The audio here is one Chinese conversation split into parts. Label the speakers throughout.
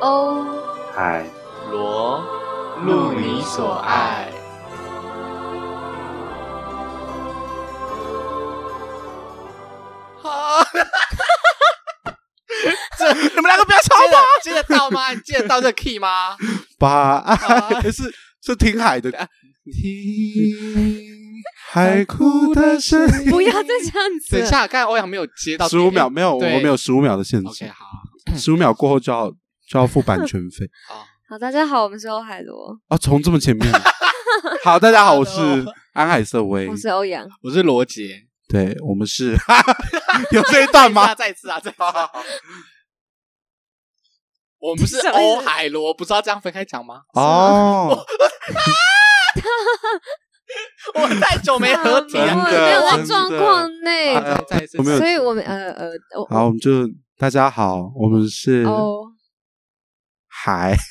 Speaker 1: 欧
Speaker 2: 海
Speaker 3: 罗，
Speaker 4: 路你所爱。
Speaker 3: 啊！这你
Speaker 5: 们两个不要吵
Speaker 3: 接得接得到吗？你接得到这个 key 吗？
Speaker 2: 把
Speaker 3: 啊
Speaker 2: 爱是是听海的，听海哭的声 音。
Speaker 1: 不要再这样子
Speaker 3: 等一
Speaker 1: 了。
Speaker 3: 下，刚才欧阳没有接到
Speaker 2: 十五秒没有，我
Speaker 3: 对
Speaker 2: 们有十五秒的限
Speaker 3: OK，啊嗯
Speaker 2: 制，
Speaker 3: 好，
Speaker 2: 十五秒过后就要就要付版权费
Speaker 1: 好，大家好，我们是欧海螺，
Speaker 2: 啊！从这么前 面，好，大家好，我是
Speaker 3: Hello
Speaker 2: 安海瑟薇
Speaker 1: 我，是欧阳。
Speaker 3: 我是罗杰。
Speaker 2: 对我 们是 有这一段吗？
Speaker 3: 再一次啊，再一次啊！我们不是
Speaker 1: 什么意思
Speaker 3: 欧海螺，不知道这样分开讲吗？
Speaker 2: 哦，
Speaker 3: 我们太久
Speaker 2: 哎
Speaker 3: 没合体
Speaker 1: 啊我
Speaker 2: 啊
Speaker 3: 了
Speaker 2: 真的。
Speaker 1: 没有
Speaker 2: 真
Speaker 1: 在
Speaker 2: 的哎
Speaker 1: 状况内，
Speaker 3: 啊再再一次
Speaker 2: 我没有
Speaker 1: 所以我们呃呃，我
Speaker 2: 好，嗯我们就大家好，我们是
Speaker 1: 哦，
Speaker 2: 海。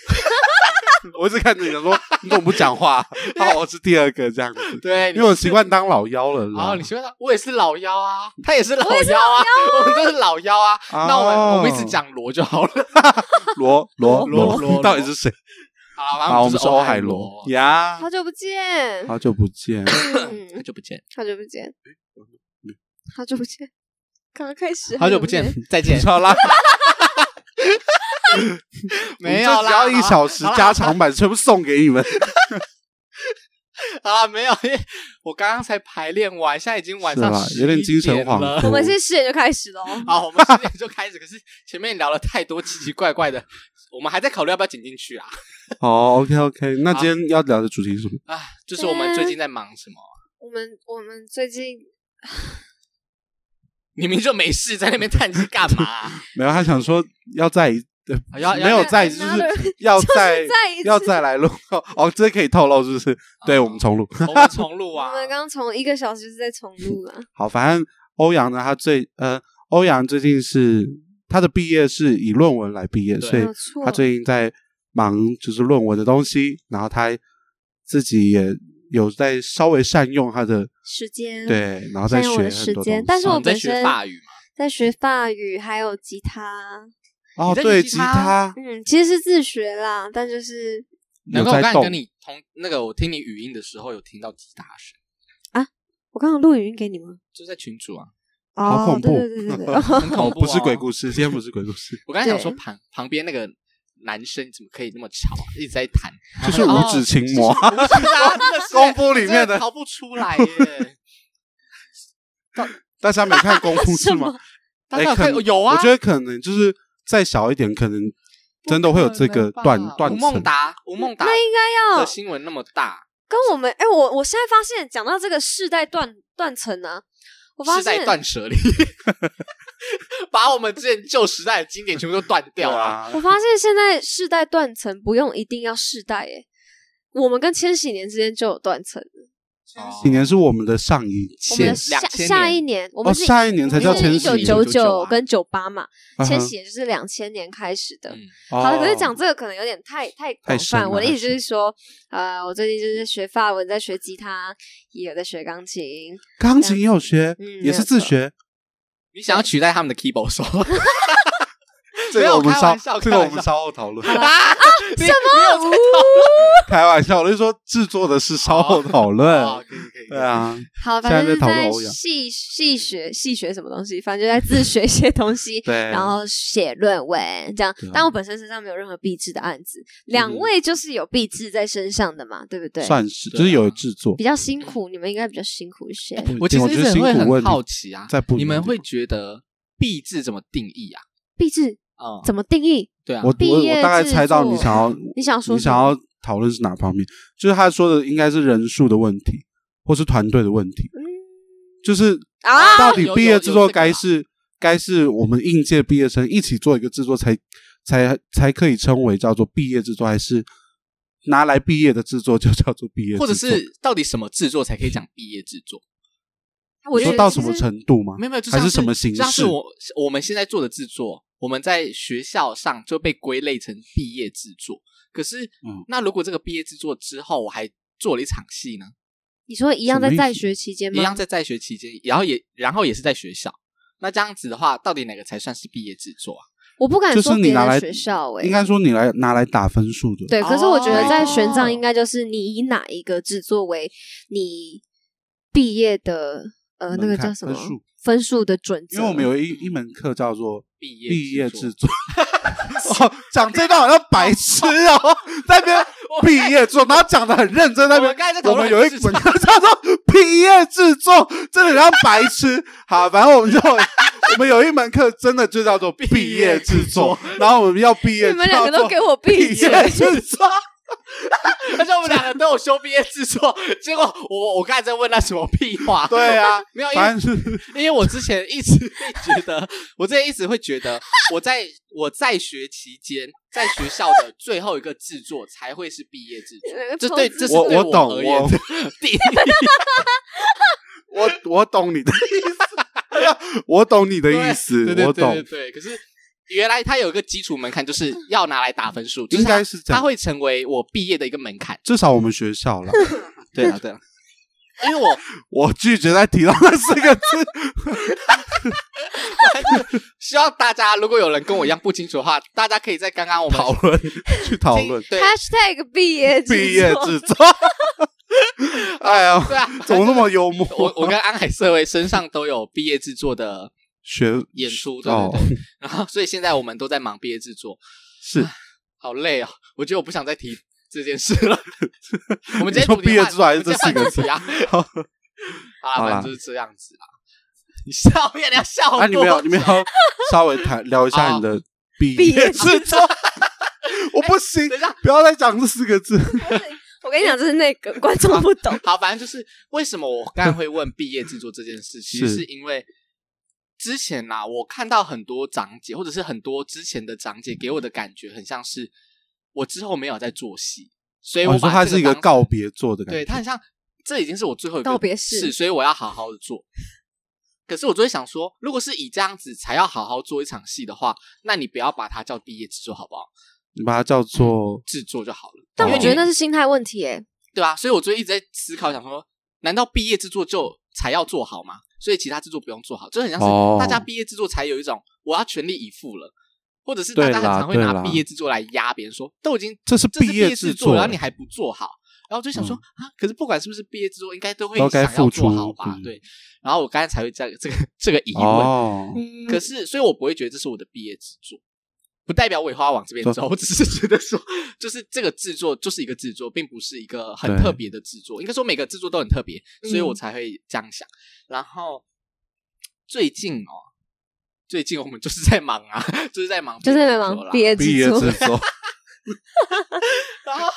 Speaker 2: 我一直看着你想说，你怎么不 讲话？哦好，我是第二个这样子，
Speaker 3: 对，
Speaker 2: 因为我习惯啊当老妖了啦。
Speaker 3: 哦，你说他，我也是老妖啊，他也是老妖啊，我们都是老妖啊。
Speaker 2: 哦
Speaker 3: 那我们我们一直讲罗就好了。
Speaker 2: 罗罗
Speaker 3: 罗罗罗
Speaker 2: 到底是谁？
Speaker 3: 好啦，
Speaker 2: 好，我们
Speaker 3: 是
Speaker 2: 是欧
Speaker 3: 海
Speaker 2: 海
Speaker 3: 螺
Speaker 2: 罗。呀，
Speaker 1: 好久不见，
Speaker 2: 好久不见，
Speaker 3: 好
Speaker 1: 嗯
Speaker 3: 久不 见，
Speaker 1: 好久不见，
Speaker 2: 嗯
Speaker 1: 好久不见，刚刚开始，
Speaker 3: 好久不见， 再 见。
Speaker 2: 好啦，
Speaker 3: 没有
Speaker 2: 我们这
Speaker 3: 啦，
Speaker 2: 只要一
Speaker 3: 好啦
Speaker 2: 小时加长版，全部送给你们。
Speaker 3: 好啦，没有，因为我刚刚才排练完，现在已经 晚上
Speaker 2: 是啦
Speaker 3: 11
Speaker 2: 有点精神
Speaker 3: 点
Speaker 2: 恍
Speaker 3: 了
Speaker 2: 惚
Speaker 1: 我们是十点就开始喽。哦
Speaker 3: 好，我们十点就开始，可是前面聊了太多奇奇怪怪的，我们还在考虑要不要剪进去啊？
Speaker 2: 好，OK OK，那今天要聊的主题是什么？
Speaker 3: 啊，就是我们最近在忙什么？
Speaker 1: 我们我们最近
Speaker 3: 你明明就没事，在那边叹气干嘛啊、
Speaker 2: 没有，他想说 要再一，呃
Speaker 3: 啊要要
Speaker 2: 没有再就是
Speaker 1: 拿了
Speaker 2: 要
Speaker 1: 就是
Speaker 2: 再
Speaker 1: 再一次
Speaker 2: 要再来录 哦，这可以透露是不是？对，
Speaker 3: 哦
Speaker 2: 我们重录。
Speaker 3: 我们重录啊
Speaker 1: 我！们刚从一个小时就是在重录了，
Speaker 2: 好，反正欧阳呢，他最呃，欧阳最近是他的毕业是以论文来毕业，
Speaker 3: 对
Speaker 2: 所
Speaker 1: 没
Speaker 2: 以
Speaker 1: 有错
Speaker 2: 他。最近在忙就是论文的东西，然后他自己也有在稍微善用他的
Speaker 1: 时间，
Speaker 2: 对，然后在
Speaker 1: 占
Speaker 2: 学
Speaker 1: 用我的时
Speaker 2: 很多
Speaker 1: 间
Speaker 2: 东
Speaker 1: 但
Speaker 2: 西
Speaker 1: 是我
Speaker 3: 你在
Speaker 1: 本
Speaker 3: 学
Speaker 1: 身
Speaker 3: 法语嘛？
Speaker 1: 在学法语，还有吉他，
Speaker 2: 哦，
Speaker 3: 你在
Speaker 2: 对，
Speaker 3: 吉
Speaker 2: 吉
Speaker 3: 他
Speaker 2: 他
Speaker 1: 嗯，其实是自学啦，但就是
Speaker 3: 难
Speaker 2: 有
Speaker 3: 怪我
Speaker 2: 在
Speaker 3: 刚才
Speaker 2: 动
Speaker 3: 跟你同那个，我听你语音的时候有听到吉他声，
Speaker 1: 我刚刚录语音给你们，
Speaker 3: 就在群主啊，
Speaker 2: 好
Speaker 1: 哦
Speaker 2: 恐怖
Speaker 1: 对对对对 对，
Speaker 3: 很恐
Speaker 2: 哦，
Speaker 3: 怖、，
Speaker 2: 不是鬼。故事，今天不是鬼故事
Speaker 3: 我刚才想说
Speaker 1: 对
Speaker 3: 旁旁边那个男生怎么可以那么吵啊，一直在弹，
Speaker 2: 就是
Speaker 3: 然后
Speaker 2: 五 指琴魔，
Speaker 3: 哦不是啊，真的是
Speaker 2: 功夫里面的哎
Speaker 3: 真逃不出来耶。
Speaker 2: 大家没看功夫 是吗？
Speaker 3: 大家有
Speaker 2: 哎
Speaker 3: 看
Speaker 2: 可能
Speaker 3: 有啊？
Speaker 2: 我觉得可能就是再小一点，可能真的会有这个断断
Speaker 3: 吴
Speaker 2: 层。
Speaker 3: 孟达，吴孟达
Speaker 1: 那应该
Speaker 3: 的
Speaker 1: 要
Speaker 3: 新闻那么大，
Speaker 1: 跟我们，哎、我我现在发现，讲到这个世代断断层啊，我发
Speaker 3: 是在
Speaker 1: 现
Speaker 3: 断舍离， 把我们之前旧时代的经典全部都断掉
Speaker 2: 对
Speaker 3: 了。
Speaker 2: 啊
Speaker 1: 我发现现在世代断层不用一定要世代、欸，我们跟千禧年之间就有断层，
Speaker 3: 哦
Speaker 2: 几啊年是我们的上一
Speaker 1: 我们
Speaker 2: 届
Speaker 1: 的下
Speaker 3: 千2000
Speaker 1: 下一
Speaker 3: 年
Speaker 1: 年，我
Speaker 2: 哦，
Speaker 1: 们是、
Speaker 2: 下一年才叫
Speaker 3: 我们
Speaker 2: 千
Speaker 1: 一
Speaker 2: 禧
Speaker 1: 九
Speaker 2: 年，
Speaker 1: 九
Speaker 3: 1999
Speaker 1: 九
Speaker 3: 啊
Speaker 1: 跟九八嘛，
Speaker 2: 啊哈
Speaker 1: 千禧也就是两千年开始的。
Speaker 3: 嗯，
Speaker 2: 哦
Speaker 1: 好了，可是讲这个可能有点太太广
Speaker 2: 深
Speaker 1: 泛。
Speaker 2: 了
Speaker 1: 我的意
Speaker 2: 太
Speaker 1: 思就是说，呃，我最近就是学法文，在学吉他，也有在学钢琴。
Speaker 2: 钢琴也有学
Speaker 1: 嗯，
Speaker 2: 也是 自学。
Speaker 3: 你想要取代他们的 keyboard 手
Speaker 2: 这个我们
Speaker 3: 没有开
Speaker 2: 稍
Speaker 3: 玩笑
Speaker 2: 这
Speaker 3: 开
Speaker 2: 个我
Speaker 3: 玩笑
Speaker 2: 们稍后讨论。
Speaker 3: 啊？什么？
Speaker 2: 开玩笑，我就说制作的事稍后讨
Speaker 3: 哦
Speaker 2: 论。
Speaker 3: 可以可以，
Speaker 2: 对啊，
Speaker 1: 好，
Speaker 2: 现在
Speaker 1: 反正
Speaker 2: 在
Speaker 1: 就是
Speaker 2: 讨论
Speaker 1: 在
Speaker 2: 欧阳，
Speaker 1: 细细学细学什么东西，反正就在自学一些东西
Speaker 2: 对
Speaker 1: 然后写论文这样
Speaker 2: 对啊。嗯
Speaker 1: 但我本身身上没有任何壁纸的案子，两位就是有壁纸在身上的嘛，对不对？
Speaker 2: 算是
Speaker 3: 对啊
Speaker 2: 就是有制作
Speaker 1: 比。较辛苦，你们应该比较辛苦一些。
Speaker 3: 我其
Speaker 2: 我
Speaker 3: 实
Speaker 2: 觉
Speaker 3: 一
Speaker 2: 得
Speaker 3: 直
Speaker 2: 辛
Speaker 3: 会
Speaker 2: 苦
Speaker 3: 很
Speaker 2: 问
Speaker 3: 好奇啊，
Speaker 2: 在不一样的
Speaker 3: 你们
Speaker 2: 地
Speaker 3: 会
Speaker 2: 方
Speaker 3: 觉得“币”字怎么定义啊？
Speaker 1: 壁纸
Speaker 3: 嗯，
Speaker 1: 怎么定义？
Speaker 3: 对啊，
Speaker 2: 我
Speaker 1: 毕
Speaker 2: 我
Speaker 1: 业
Speaker 2: 我大概
Speaker 1: 制
Speaker 2: 猜到
Speaker 1: 作
Speaker 2: 你想要
Speaker 1: 你想说
Speaker 2: 你
Speaker 1: 什
Speaker 2: 想
Speaker 1: 么？
Speaker 2: 要讨论是哪方面，就是他说的应该是人数的问题，或是团队的问题，
Speaker 3: 嗯
Speaker 2: 就是
Speaker 1: 啊
Speaker 2: 到底
Speaker 3: 有
Speaker 2: 毕
Speaker 3: 有有
Speaker 2: 业制作
Speaker 3: 这个
Speaker 2: 该
Speaker 3: 啦
Speaker 2: 是该是我们应届毕业生一起做一个制作才才才可以称为叫做毕业制作，还是拿来毕业的制作就叫做毕业制
Speaker 3: 或
Speaker 2: 作？
Speaker 3: 者是到底什么制作才可以讲毕业制作？
Speaker 1: 我
Speaker 2: 你
Speaker 1: 觉
Speaker 2: 说
Speaker 1: 得
Speaker 2: 到
Speaker 1: 其
Speaker 2: 什么
Speaker 1: 实
Speaker 2: 程度吗？
Speaker 3: 没有没有，就
Speaker 2: 还
Speaker 3: 像
Speaker 2: 是
Speaker 3: 是
Speaker 2: 什么形
Speaker 3: 就像
Speaker 2: 式
Speaker 3: 是我我们现在做的制作，我们在学校上就被归类成毕业制作。可是，
Speaker 2: 嗯
Speaker 3: 那如果这个毕业制作之后，我还做了一场戏呢，
Speaker 1: 你说一样
Speaker 2: 什么
Speaker 1: 在在
Speaker 2: 意思
Speaker 1: 学期间
Speaker 3: 一
Speaker 1: 吗？
Speaker 3: 样在在学期间，然后也然后也是在学校。那这样子的话，到底哪个才算是毕业制作啊？
Speaker 1: 我不敢
Speaker 2: 就
Speaker 1: 说
Speaker 2: 是你
Speaker 1: 别
Speaker 2: 拿来
Speaker 1: 的学校哎、
Speaker 2: 应该说你来拿来打分数的。
Speaker 1: 对，可是我觉得在玄
Speaker 3: 哦
Speaker 1: 奘应该就是你以哪一个制作为你毕业的呃那
Speaker 2: 门
Speaker 1: 个叫
Speaker 2: 槛
Speaker 1: 什么
Speaker 2: 分数
Speaker 1: 分数的准则，
Speaker 2: 因为我们有一一门课叫做
Speaker 3: 毕业
Speaker 2: 毕 业制
Speaker 3: 作，
Speaker 2: 作。哦，讲这段好像白痴 哦，在那边毕业制作，然后讲的很认真，在
Speaker 3: 我
Speaker 2: 那
Speaker 3: 们
Speaker 2: 边
Speaker 3: 刚才在讨
Speaker 2: 我
Speaker 3: 论
Speaker 2: 们有一
Speaker 3: 制
Speaker 2: 本
Speaker 3: 作
Speaker 2: 课叫做 毕业制作，真的很像白痴。好，反正我们就我们有一门课真的就叫做毕业制作，然后我们要毕业，
Speaker 1: 你们两个都给
Speaker 2: 我
Speaker 1: 我
Speaker 2: 毕
Speaker 1: 闭嘴！
Speaker 2: 业 制作。
Speaker 3: 而且我们两个都有修毕业制作，结果我我刚才在问他什么屁话，
Speaker 2: 对啊，
Speaker 3: 没有，因为
Speaker 2: 反正是
Speaker 3: 因为我之前一直会觉得，我之前一直会觉得，我在我在学期间，在学校的最后一个制作才会是毕业制作，这对这是
Speaker 2: 我
Speaker 3: 对
Speaker 2: 我懂
Speaker 3: 而言
Speaker 2: 我
Speaker 3: 的第一
Speaker 2: 我 我懂你的意思，我懂你的意
Speaker 3: 对
Speaker 2: 思，
Speaker 3: 对
Speaker 2: 我
Speaker 3: 对对
Speaker 2: 懂，
Speaker 3: 对，可是。原来它有一个基础门槛，就是要拿来打分数，就是
Speaker 2: 应
Speaker 3: 它
Speaker 2: 该是这
Speaker 3: 它
Speaker 2: 样。
Speaker 3: 会成为我毕业的一个门槛。
Speaker 2: 至少我们学校啦，
Speaker 3: 对啊，对啊，因为我
Speaker 2: 我拒绝再提到那四个字。
Speaker 3: 希望大家如果有人跟我一样不清楚的话，大家可以在刚刚我们
Speaker 2: 讨论，去讨论
Speaker 3: 听对
Speaker 1: #hashtag 毕业制作
Speaker 2: 毕业制作。 哎呀，
Speaker 3: 对啊，
Speaker 2: 怎么那么幽默？
Speaker 3: 我我跟安海社会身上都有毕业制作的
Speaker 2: 学
Speaker 3: 演出，对
Speaker 2: 哦
Speaker 3: 对对。然后，所以现在我们都在忙毕业制作，
Speaker 2: 是
Speaker 3: 好累啊！我觉得我不想再提这件事了。 我们今天
Speaker 2: 你说
Speaker 3: 主题
Speaker 2: 毕业
Speaker 3: 换
Speaker 2: 制作还是这四个
Speaker 3: 我们今天换主题啊？ 好
Speaker 2: 好
Speaker 3: 啦，
Speaker 2: 啦
Speaker 3: 反正就是这样子啊。你笑面，你要笑
Speaker 2: 啊，你们要
Speaker 3: 多
Speaker 2: 你们要稍微谈聊一下你的毕
Speaker 1: 毕业
Speaker 2: 制作。我不行
Speaker 3: 等一下，，
Speaker 2: 不要再讲这四个字。
Speaker 1: 我跟你讲，这是那个观众不懂
Speaker 3: 好，反正就是为什么我刚才会问毕业制作这件事，其实
Speaker 2: 是
Speaker 3: 是因为之前呐、我看到很多长姐，或者是很多之前的长姐给我的感觉，很像是我之后没有在做戏，所以
Speaker 2: 我
Speaker 3: 我
Speaker 2: 哦说
Speaker 3: 把
Speaker 2: 它
Speaker 3: 这
Speaker 2: 是一
Speaker 3: 个
Speaker 2: 个
Speaker 3: 当
Speaker 2: 告
Speaker 3: 成，
Speaker 2: 别作的感
Speaker 3: 对
Speaker 2: 觉，
Speaker 3: 他很像这已经是我最后一个
Speaker 1: 告别式
Speaker 3: 所以我要好好的做。可是我就会想说，如果是以这样子才要好好做一场戏的话，那你不要把它叫毕业制作好不好？
Speaker 2: 你把它叫做
Speaker 3: 制作就好了。
Speaker 1: 但
Speaker 3: 因
Speaker 2: 哦
Speaker 3: 为
Speaker 1: 我
Speaker 3: 你
Speaker 1: 觉得那是心态问题哎。
Speaker 3: 对啊，所以我最近一直在思考，想说，难道毕业制作就才要做好吗？所以其他制作不用做好，就很像是
Speaker 2: 哦
Speaker 3: 大家毕业制作才有一种我要全力以赴了，或者是大
Speaker 2: 对
Speaker 3: 家很
Speaker 2: 啦
Speaker 3: 常会
Speaker 2: 对
Speaker 3: 拿
Speaker 2: 啦
Speaker 3: 毕业制作来压别人说，都已经
Speaker 2: 这是
Speaker 3: 这是
Speaker 2: 毕
Speaker 3: 业
Speaker 2: 业
Speaker 3: 制
Speaker 2: 制
Speaker 3: 作，
Speaker 2: 作，嗯
Speaker 3: 然后你还不做好，然后就想说、啊，可是不管是不是毕业制作，应该都会
Speaker 2: 都该
Speaker 3: 想要
Speaker 2: 付
Speaker 3: 做
Speaker 2: 出
Speaker 3: 好吧？
Speaker 2: 嗯
Speaker 3: 对，然后我刚才才会这样这个这个疑问，
Speaker 2: 哦，
Speaker 1: 嗯
Speaker 3: 可是，所以我不会觉得这是我的毕业制作，不代表我以后要往这边走。我只是觉得说，就是这个制作就是一个制作，并不是一个很
Speaker 2: 对
Speaker 3: 特别的制作。应该说每个制作都很特别，
Speaker 1: 嗯
Speaker 3: 所以我才会这样想。然后最近哦，最近我们就是在忙啊，就是在忙，
Speaker 1: 就是在忙毕。业
Speaker 2: 毕业
Speaker 1: 制作
Speaker 2: 制，作，
Speaker 3: 然后，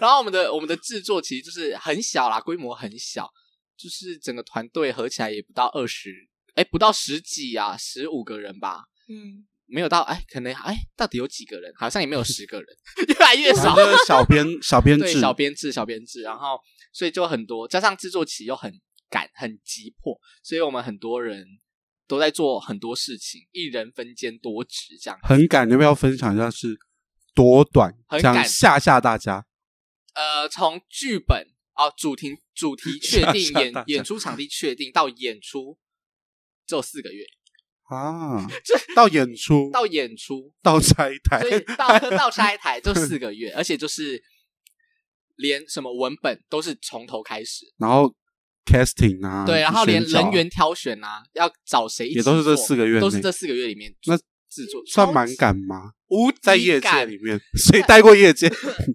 Speaker 3: 然后我们的我们的制作其实就是很小啦，规模很小，就是整个团队合起来也不到二十，哎，不到十几啊，十五个人吧。
Speaker 1: 嗯，
Speaker 3: 没有到哎，可能哎，到底有几个人？好像也 没有十个人，越来越
Speaker 2: 反
Speaker 3: 少。
Speaker 2: 正就是小编小编
Speaker 3: 对，
Speaker 2: 制，
Speaker 3: 小编制，小编制，然后所以就很多，加上制作期又很赶，很急迫，所以我们很多人都在做很多事情，一人分兼多职这样。
Speaker 2: 很赶，要不要分享一下是多短
Speaker 3: 很，
Speaker 2: 想
Speaker 3: 赶
Speaker 2: 吓吓大家？
Speaker 3: 呃，从剧本哦，主题主 题确定，
Speaker 2: 吓吓
Speaker 3: 演
Speaker 2: 大家
Speaker 3: 演出场地确定到演出，只有四个月，
Speaker 2: 啊，到演出
Speaker 3: 到演 出
Speaker 2: 到拆台
Speaker 3: 所，以到到下一台 就四个月，而且就是连什么文本都是从头开始。
Speaker 2: 然后 casting 啊，
Speaker 3: 对，然后连
Speaker 2: 选角啊
Speaker 3: 人员挑选啊，要找谁一起
Speaker 2: 也都是这
Speaker 3: 做
Speaker 2: 四个月内
Speaker 3: 都是这四个月里面
Speaker 2: 那
Speaker 3: 制作
Speaker 2: 算蛮赶吗？
Speaker 3: 无敌
Speaker 2: 在业界
Speaker 3: 赶
Speaker 2: 里面， 谁待过 业界？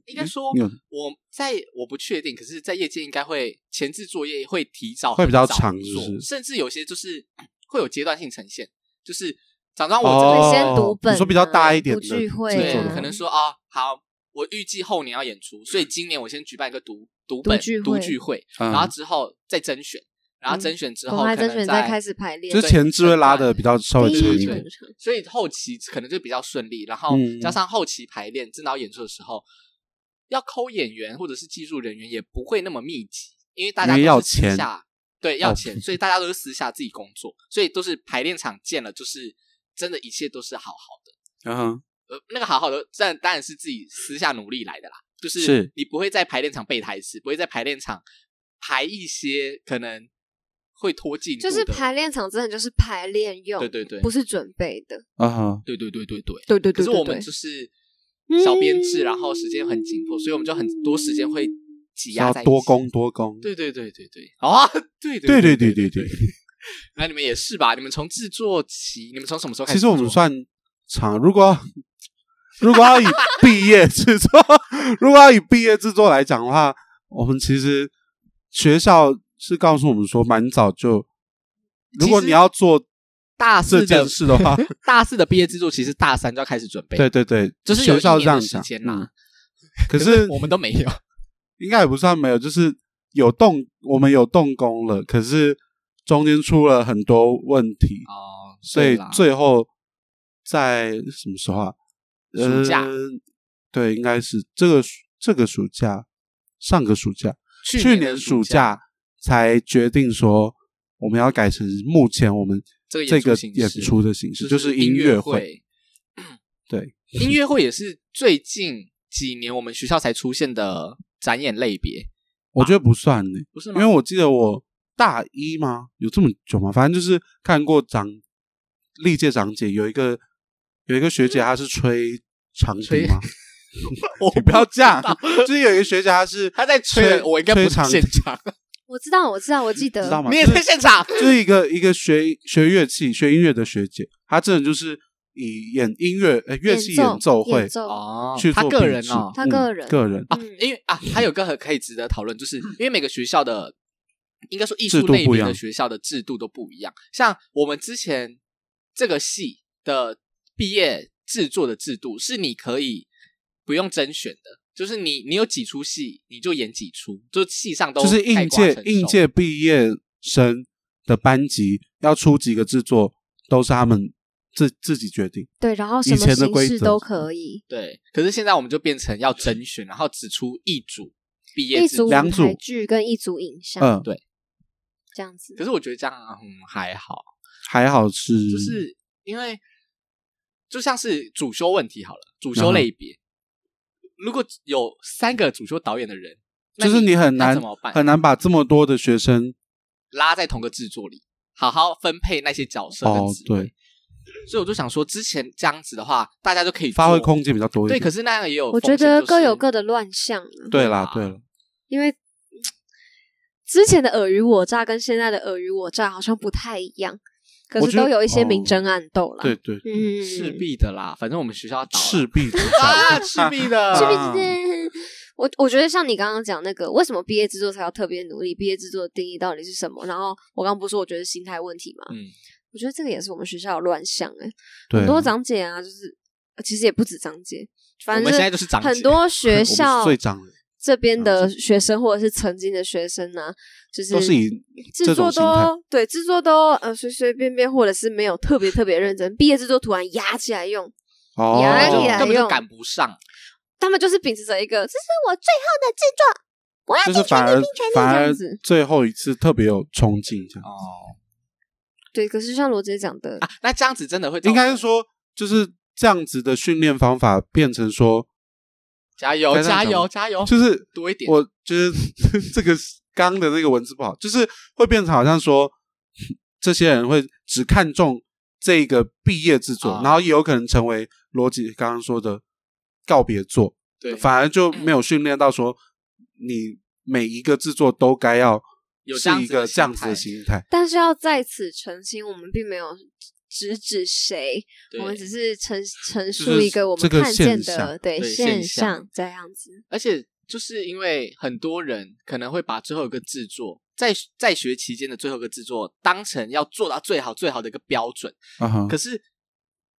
Speaker 3: 应该说
Speaker 2: 你有
Speaker 3: 我在我不确定，可是在业界应该会前置作业会提早
Speaker 2: 会比较长
Speaker 3: 很早
Speaker 2: 是不
Speaker 3: 做，
Speaker 2: 是
Speaker 3: 甚至有些就是 会有阶段性呈现，就是假装我
Speaker 1: 会
Speaker 2: 哦，
Speaker 1: 先读本啊
Speaker 2: 你说比较大一点的
Speaker 1: 读聚会
Speaker 3: 这
Speaker 1: 啊
Speaker 3: 个
Speaker 2: 制
Speaker 3: 对
Speaker 2: 作的，
Speaker 3: 可能说啊、好，我预计后年要演出，所以今年我先举办一个读读
Speaker 1: 读
Speaker 3: 本
Speaker 1: 聚
Speaker 3: 读
Speaker 1: 会
Speaker 3: 聚会，
Speaker 2: 嗯
Speaker 3: 然后之后再甄选，然后
Speaker 1: 嗯
Speaker 3: 甄选之
Speaker 1: 我
Speaker 3: 后可
Speaker 1: 还
Speaker 3: 能
Speaker 1: 甄选
Speaker 3: 再
Speaker 1: 再开始排练，
Speaker 2: 就是前置会拉的比较稍微
Speaker 1: 第
Speaker 2: 长
Speaker 1: 一
Speaker 2: 一
Speaker 1: 场
Speaker 2: 点，
Speaker 3: 所以后期可能就比较顺利，然后
Speaker 2: 嗯
Speaker 3: 加上后期排练、真的要演出的时候，要抠演员或者是技术人员也不会那么密集，因为大家
Speaker 2: 因为要
Speaker 3: 都是私下
Speaker 2: 钱
Speaker 3: 对要
Speaker 2: 哦
Speaker 3: 钱，所以大家都是私下自己工作，所以都是排练场见了，就是真的一切都是好好的。
Speaker 2: 嗯哼，
Speaker 3: 呃，那个好好的，但当然是自己私下努力来的啦，就是
Speaker 2: 是
Speaker 3: 你不会在排练场背台词，不会在排练场排一些可能会拖进度
Speaker 1: 就
Speaker 3: 的，
Speaker 1: 是排练场真的就是排练用，
Speaker 3: 对对对
Speaker 1: 不是准备的，
Speaker 2: 啊哈，
Speaker 3: 对对对对对。
Speaker 1: 对对
Speaker 3: 可
Speaker 1: 对
Speaker 3: 是我
Speaker 1: 对
Speaker 3: 们
Speaker 1: 对
Speaker 3: 就。是
Speaker 1: 嗯
Speaker 3: 小编制，然后时间很紧迫，所以我们就很多时间会挤压
Speaker 2: 要
Speaker 3: 在一起
Speaker 2: 多攻。多攻，
Speaker 3: 对对对对对，啊，对
Speaker 2: 对
Speaker 3: 对
Speaker 2: 对对对
Speaker 3: 对
Speaker 2: 对。
Speaker 3: 那你们也是吧？你们从制作起，你们从什么时候开始
Speaker 2: 其
Speaker 3: 制
Speaker 2: 实
Speaker 3: 作？
Speaker 2: 我们算长，如果要如 果要以毕业制作，如果要以毕业制作来讲的话，我们其实学校是告诉我们说，蛮早就，如果
Speaker 3: 其实
Speaker 2: 你要做
Speaker 3: 大
Speaker 2: 这
Speaker 3: 四
Speaker 2: 件
Speaker 3: 的
Speaker 2: 事 的话，
Speaker 3: 大四的毕业制作，其实大三就要开始准备，
Speaker 2: 对，对对，
Speaker 3: 就是有
Speaker 2: 学
Speaker 3: 一
Speaker 2: 校
Speaker 3: 年
Speaker 2: 这样
Speaker 3: 的时
Speaker 2: 讲。
Speaker 3: 间
Speaker 2: 嗯
Speaker 3: 啦。
Speaker 2: 可是
Speaker 3: 我们都没有，
Speaker 2: 应该也不算没有，就是有动，我们有动工了，可是中间出了很多问题，
Speaker 3: 哦，
Speaker 2: 所以
Speaker 3: 对啦
Speaker 2: 最后在什么时候啊？
Speaker 3: 暑假
Speaker 2: 呃对，应该是这个暑这个暑假，上个暑假，
Speaker 3: 去
Speaker 2: 去
Speaker 3: 年的
Speaker 2: 暑
Speaker 3: 假
Speaker 2: 才决定说我们要改成目前我们
Speaker 3: 这个演
Speaker 2: 这
Speaker 3: 出
Speaker 2: 个
Speaker 3: 形
Speaker 2: 演
Speaker 3: 式
Speaker 2: 出的形式，就是音
Speaker 3: 乐
Speaker 2: 乐会。。对，
Speaker 3: 音乐会也是最近几年我们学校才出现的展演类别，
Speaker 2: 我觉得不算呢、
Speaker 3: 不是
Speaker 2: 因
Speaker 3: 吗？
Speaker 2: 为我记得我大一吗？有这么久吗？反正就是看过长历届长姐有一个有一个学姐，她是吹长笛
Speaker 3: 嗯吹
Speaker 2: 吗？
Speaker 3: 我
Speaker 2: 你不要这样，就是有一个学姐，她 是
Speaker 3: 他在吹
Speaker 2: 吹
Speaker 3: 了，我应该不
Speaker 2: 吹
Speaker 3: 是
Speaker 2: 长
Speaker 3: 现场，
Speaker 1: 我知道，我知道，我记得，
Speaker 2: 知道吗？
Speaker 3: 你也
Speaker 2: 就是
Speaker 3: 在现场，
Speaker 2: 就是一个一个学学乐器、学音乐的学姐，她真的就是以演音乐呃乐
Speaker 1: 演
Speaker 2: 器
Speaker 1: 奏
Speaker 2: 演奏会
Speaker 1: 演奏
Speaker 3: 哦
Speaker 2: 去
Speaker 3: 他
Speaker 2: 做
Speaker 3: 个
Speaker 2: 比
Speaker 3: 人
Speaker 2: 制
Speaker 3: 哦，
Speaker 1: 他
Speaker 2: 嗯
Speaker 1: 个人
Speaker 2: 个人
Speaker 3: 啊
Speaker 1: 嗯，
Speaker 3: 因为啊，还有一个很可以值得讨论，就是因为每个学校的应该说艺
Speaker 2: 制
Speaker 3: 术
Speaker 2: 度
Speaker 3: 类
Speaker 2: 不一
Speaker 3: 别
Speaker 2: 样
Speaker 3: 的学校的制度都不一样。像我们之前这个系的毕业制作的制度，是你可以不用甄选的，就是你你有几出戏你就演几出，就系上都
Speaker 2: 就是
Speaker 3: 概
Speaker 2: 应
Speaker 3: 括
Speaker 2: 届
Speaker 3: 成熟
Speaker 2: 应届毕业生的班级要出几个制作，都是他们自自己决定。
Speaker 1: 对，然后什
Speaker 2: 以
Speaker 1: 么
Speaker 2: 前的
Speaker 1: 形
Speaker 2: 规
Speaker 1: 式
Speaker 2: 则
Speaker 1: 都可以，
Speaker 3: 对。可是现在我们就变成要甄选，然后只出一组毕业
Speaker 1: 一组
Speaker 3: 制作
Speaker 1: 舞。
Speaker 2: 两组
Speaker 1: 台剧跟一组影像，
Speaker 2: 嗯，
Speaker 3: 对
Speaker 1: 这样子
Speaker 3: 可。是我觉得这样嗯还好。
Speaker 2: 还好是
Speaker 3: 就是因为就像是主修问题好了，主
Speaker 2: 嗯
Speaker 3: 修
Speaker 2: 哼
Speaker 3: 类别，如果有三个主修导演的人，那
Speaker 2: 就是你很
Speaker 3: 那
Speaker 2: 难
Speaker 3: 怎么办？
Speaker 2: 很难把这么多的学生
Speaker 3: 拉在同个制作里，好好分配那些角色
Speaker 2: 哦
Speaker 3: 跟职位。
Speaker 2: 对
Speaker 3: 所以我就想说，之前这样子的话，大家就可以
Speaker 2: 发挥
Speaker 3: 做
Speaker 2: 空间比较多一
Speaker 3: 对，
Speaker 2: 点。
Speaker 3: 可是那样也有
Speaker 1: 我
Speaker 3: 风
Speaker 1: 觉
Speaker 3: 险
Speaker 1: 得
Speaker 3: 就
Speaker 1: 各有
Speaker 3: 是
Speaker 1: 各的乱象啊，
Speaker 2: 对啦，对了，
Speaker 1: 因为嗯之前的尔虞我诈跟现在的尔虞我诈好像不太一样，可
Speaker 2: 我
Speaker 1: 是
Speaker 2: 觉得
Speaker 1: 都有一些明
Speaker 2: 哦
Speaker 1: 争暗斗啦。
Speaker 2: 对，对，
Speaker 1: 嗯，
Speaker 3: 势必的啦，反正我们学校要倒了
Speaker 2: 赤壁之
Speaker 3: 啊，
Speaker 2: 战，
Speaker 3: 赤壁的，
Speaker 1: 是不
Speaker 2: 啊
Speaker 1: 是？我我觉得像你刚刚讲那个，为什么毕业制作才要特别努力？毕业制作的定义到底是什么？然后我刚刚不是说我觉得心态问题嘛，
Speaker 3: 嗯，
Speaker 1: 我觉得这个也是我们学校的乱象哎、
Speaker 2: 对啊
Speaker 1: 很多长姐啊，就是呃其实也不止长姐，
Speaker 3: 我
Speaker 1: 反
Speaker 3: 们
Speaker 1: 正
Speaker 3: 现在就是长
Speaker 1: 很
Speaker 3: 姐
Speaker 1: 多
Speaker 2: 我
Speaker 1: 学
Speaker 2: 们是
Speaker 1: 校
Speaker 2: 最长的
Speaker 1: 这边的学生或者是曾经的学生呢、就是
Speaker 2: 都是以
Speaker 1: 制作
Speaker 2: 这种心态
Speaker 1: 都对制作都呃随随便便，或者是没有特别特别认真，毕业制作突然压起来用，
Speaker 2: 哦
Speaker 1: 原来
Speaker 3: 根本
Speaker 1: 你
Speaker 3: 就
Speaker 1: 来
Speaker 3: 根本就
Speaker 1: 用
Speaker 3: 赶不上，
Speaker 1: 他们就是秉持着一个这是我最后的制作，我要
Speaker 2: 就
Speaker 1: 尽
Speaker 2: 是
Speaker 1: 全
Speaker 2: 反而
Speaker 1: 力尽全力
Speaker 2: 反
Speaker 1: 这
Speaker 2: 而
Speaker 1: 样子。
Speaker 2: 最后一次特别有冲劲，这样
Speaker 3: 哦
Speaker 1: 对，可是像罗姐讲的，
Speaker 3: 啊，那这样子真的会
Speaker 2: 应该是
Speaker 3: 说。
Speaker 2: 说就是这样子的训练方法变成说，
Speaker 3: 加油，
Speaker 2: 该这样
Speaker 3: 加
Speaker 2: 讲
Speaker 3: 油，
Speaker 2: 吗
Speaker 3: 加油！
Speaker 2: 就是
Speaker 3: 多一点。
Speaker 2: 我觉得这个刚的那个文字不好，就是会变成好像说 这些人会只看重这个毕业制作，
Speaker 3: 啊
Speaker 2: 然后也有可能成为罗辑刚刚说的告别作，
Speaker 3: 对
Speaker 2: 反而就没有训练到说你每一个制作都该要
Speaker 3: 有这
Speaker 2: 是
Speaker 3: 样
Speaker 2: 一
Speaker 3: 子的
Speaker 2: 个这
Speaker 3: 心
Speaker 2: 样子的
Speaker 3: 态
Speaker 2: 心态。
Speaker 1: 但是要在此澄清，我们并没有直指谁，
Speaker 3: 对
Speaker 1: 我们只是陈陈
Speaker 2: 是
Speaker 1: 述一个我
Speaker 2: 这
Speaker 1: 们
Speaker 2: 个
Speaker 1: 看见
Speaker 2: 现象
Speaker 1: 的对
Speaker 3: 对
Speaker 1: 现
Speaker 3: 现象
Speaker 1: 象这样 子。
Speaker 3: 而且就是因为很多人可能会把最后一个制作，在在学期间的最后一个制作，当成要做到最好最好的一个标准，
Speaker 2: 啊哈，
Speaker 3: 可是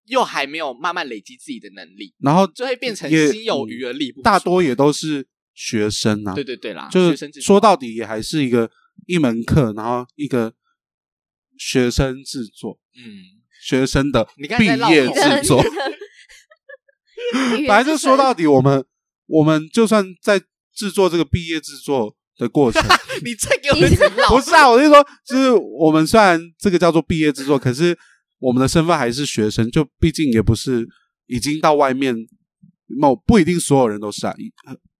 Speaker 3: 又还没有慢慢累积自己的能力，
Speaker 2: 然后
Speaker 3: 就会变成
Speaker 2: 也
Speaker 3: 心有余而力不足。
Speaker 2: 大多也都是学生啊，
Speaker 3: 对对对啦，
Speaker 2: 就
Speaker 3: 学生制
Speaker 2: 是说
Speaker 3: 作
Speaker 2: 到底也还是一个一门课，然后一个学生制作，
Speaker 3: 嗯，
Speaker 2: 学生的
Speaker 3: 你刚
Speaker 2: 毕
Speaker 3: 才在绕
Speaker 2: 业
Speaker 3: 口
Speaker 2: 制作。反正就 说到底，我们我们就算在制作这个毕业制作的过程，
Speaker 3: 你再给我
Speaker 1: 你
Speaker 3: 一直
Speaker 2: 不
Speaker 3: 绕，
Speaker 2: 是啊，我是说，就是我们虽然这个叫做毕业制作，可是我们的身份还是学生，就毕竟也不是已经到外面某不一定所有人都是啊，一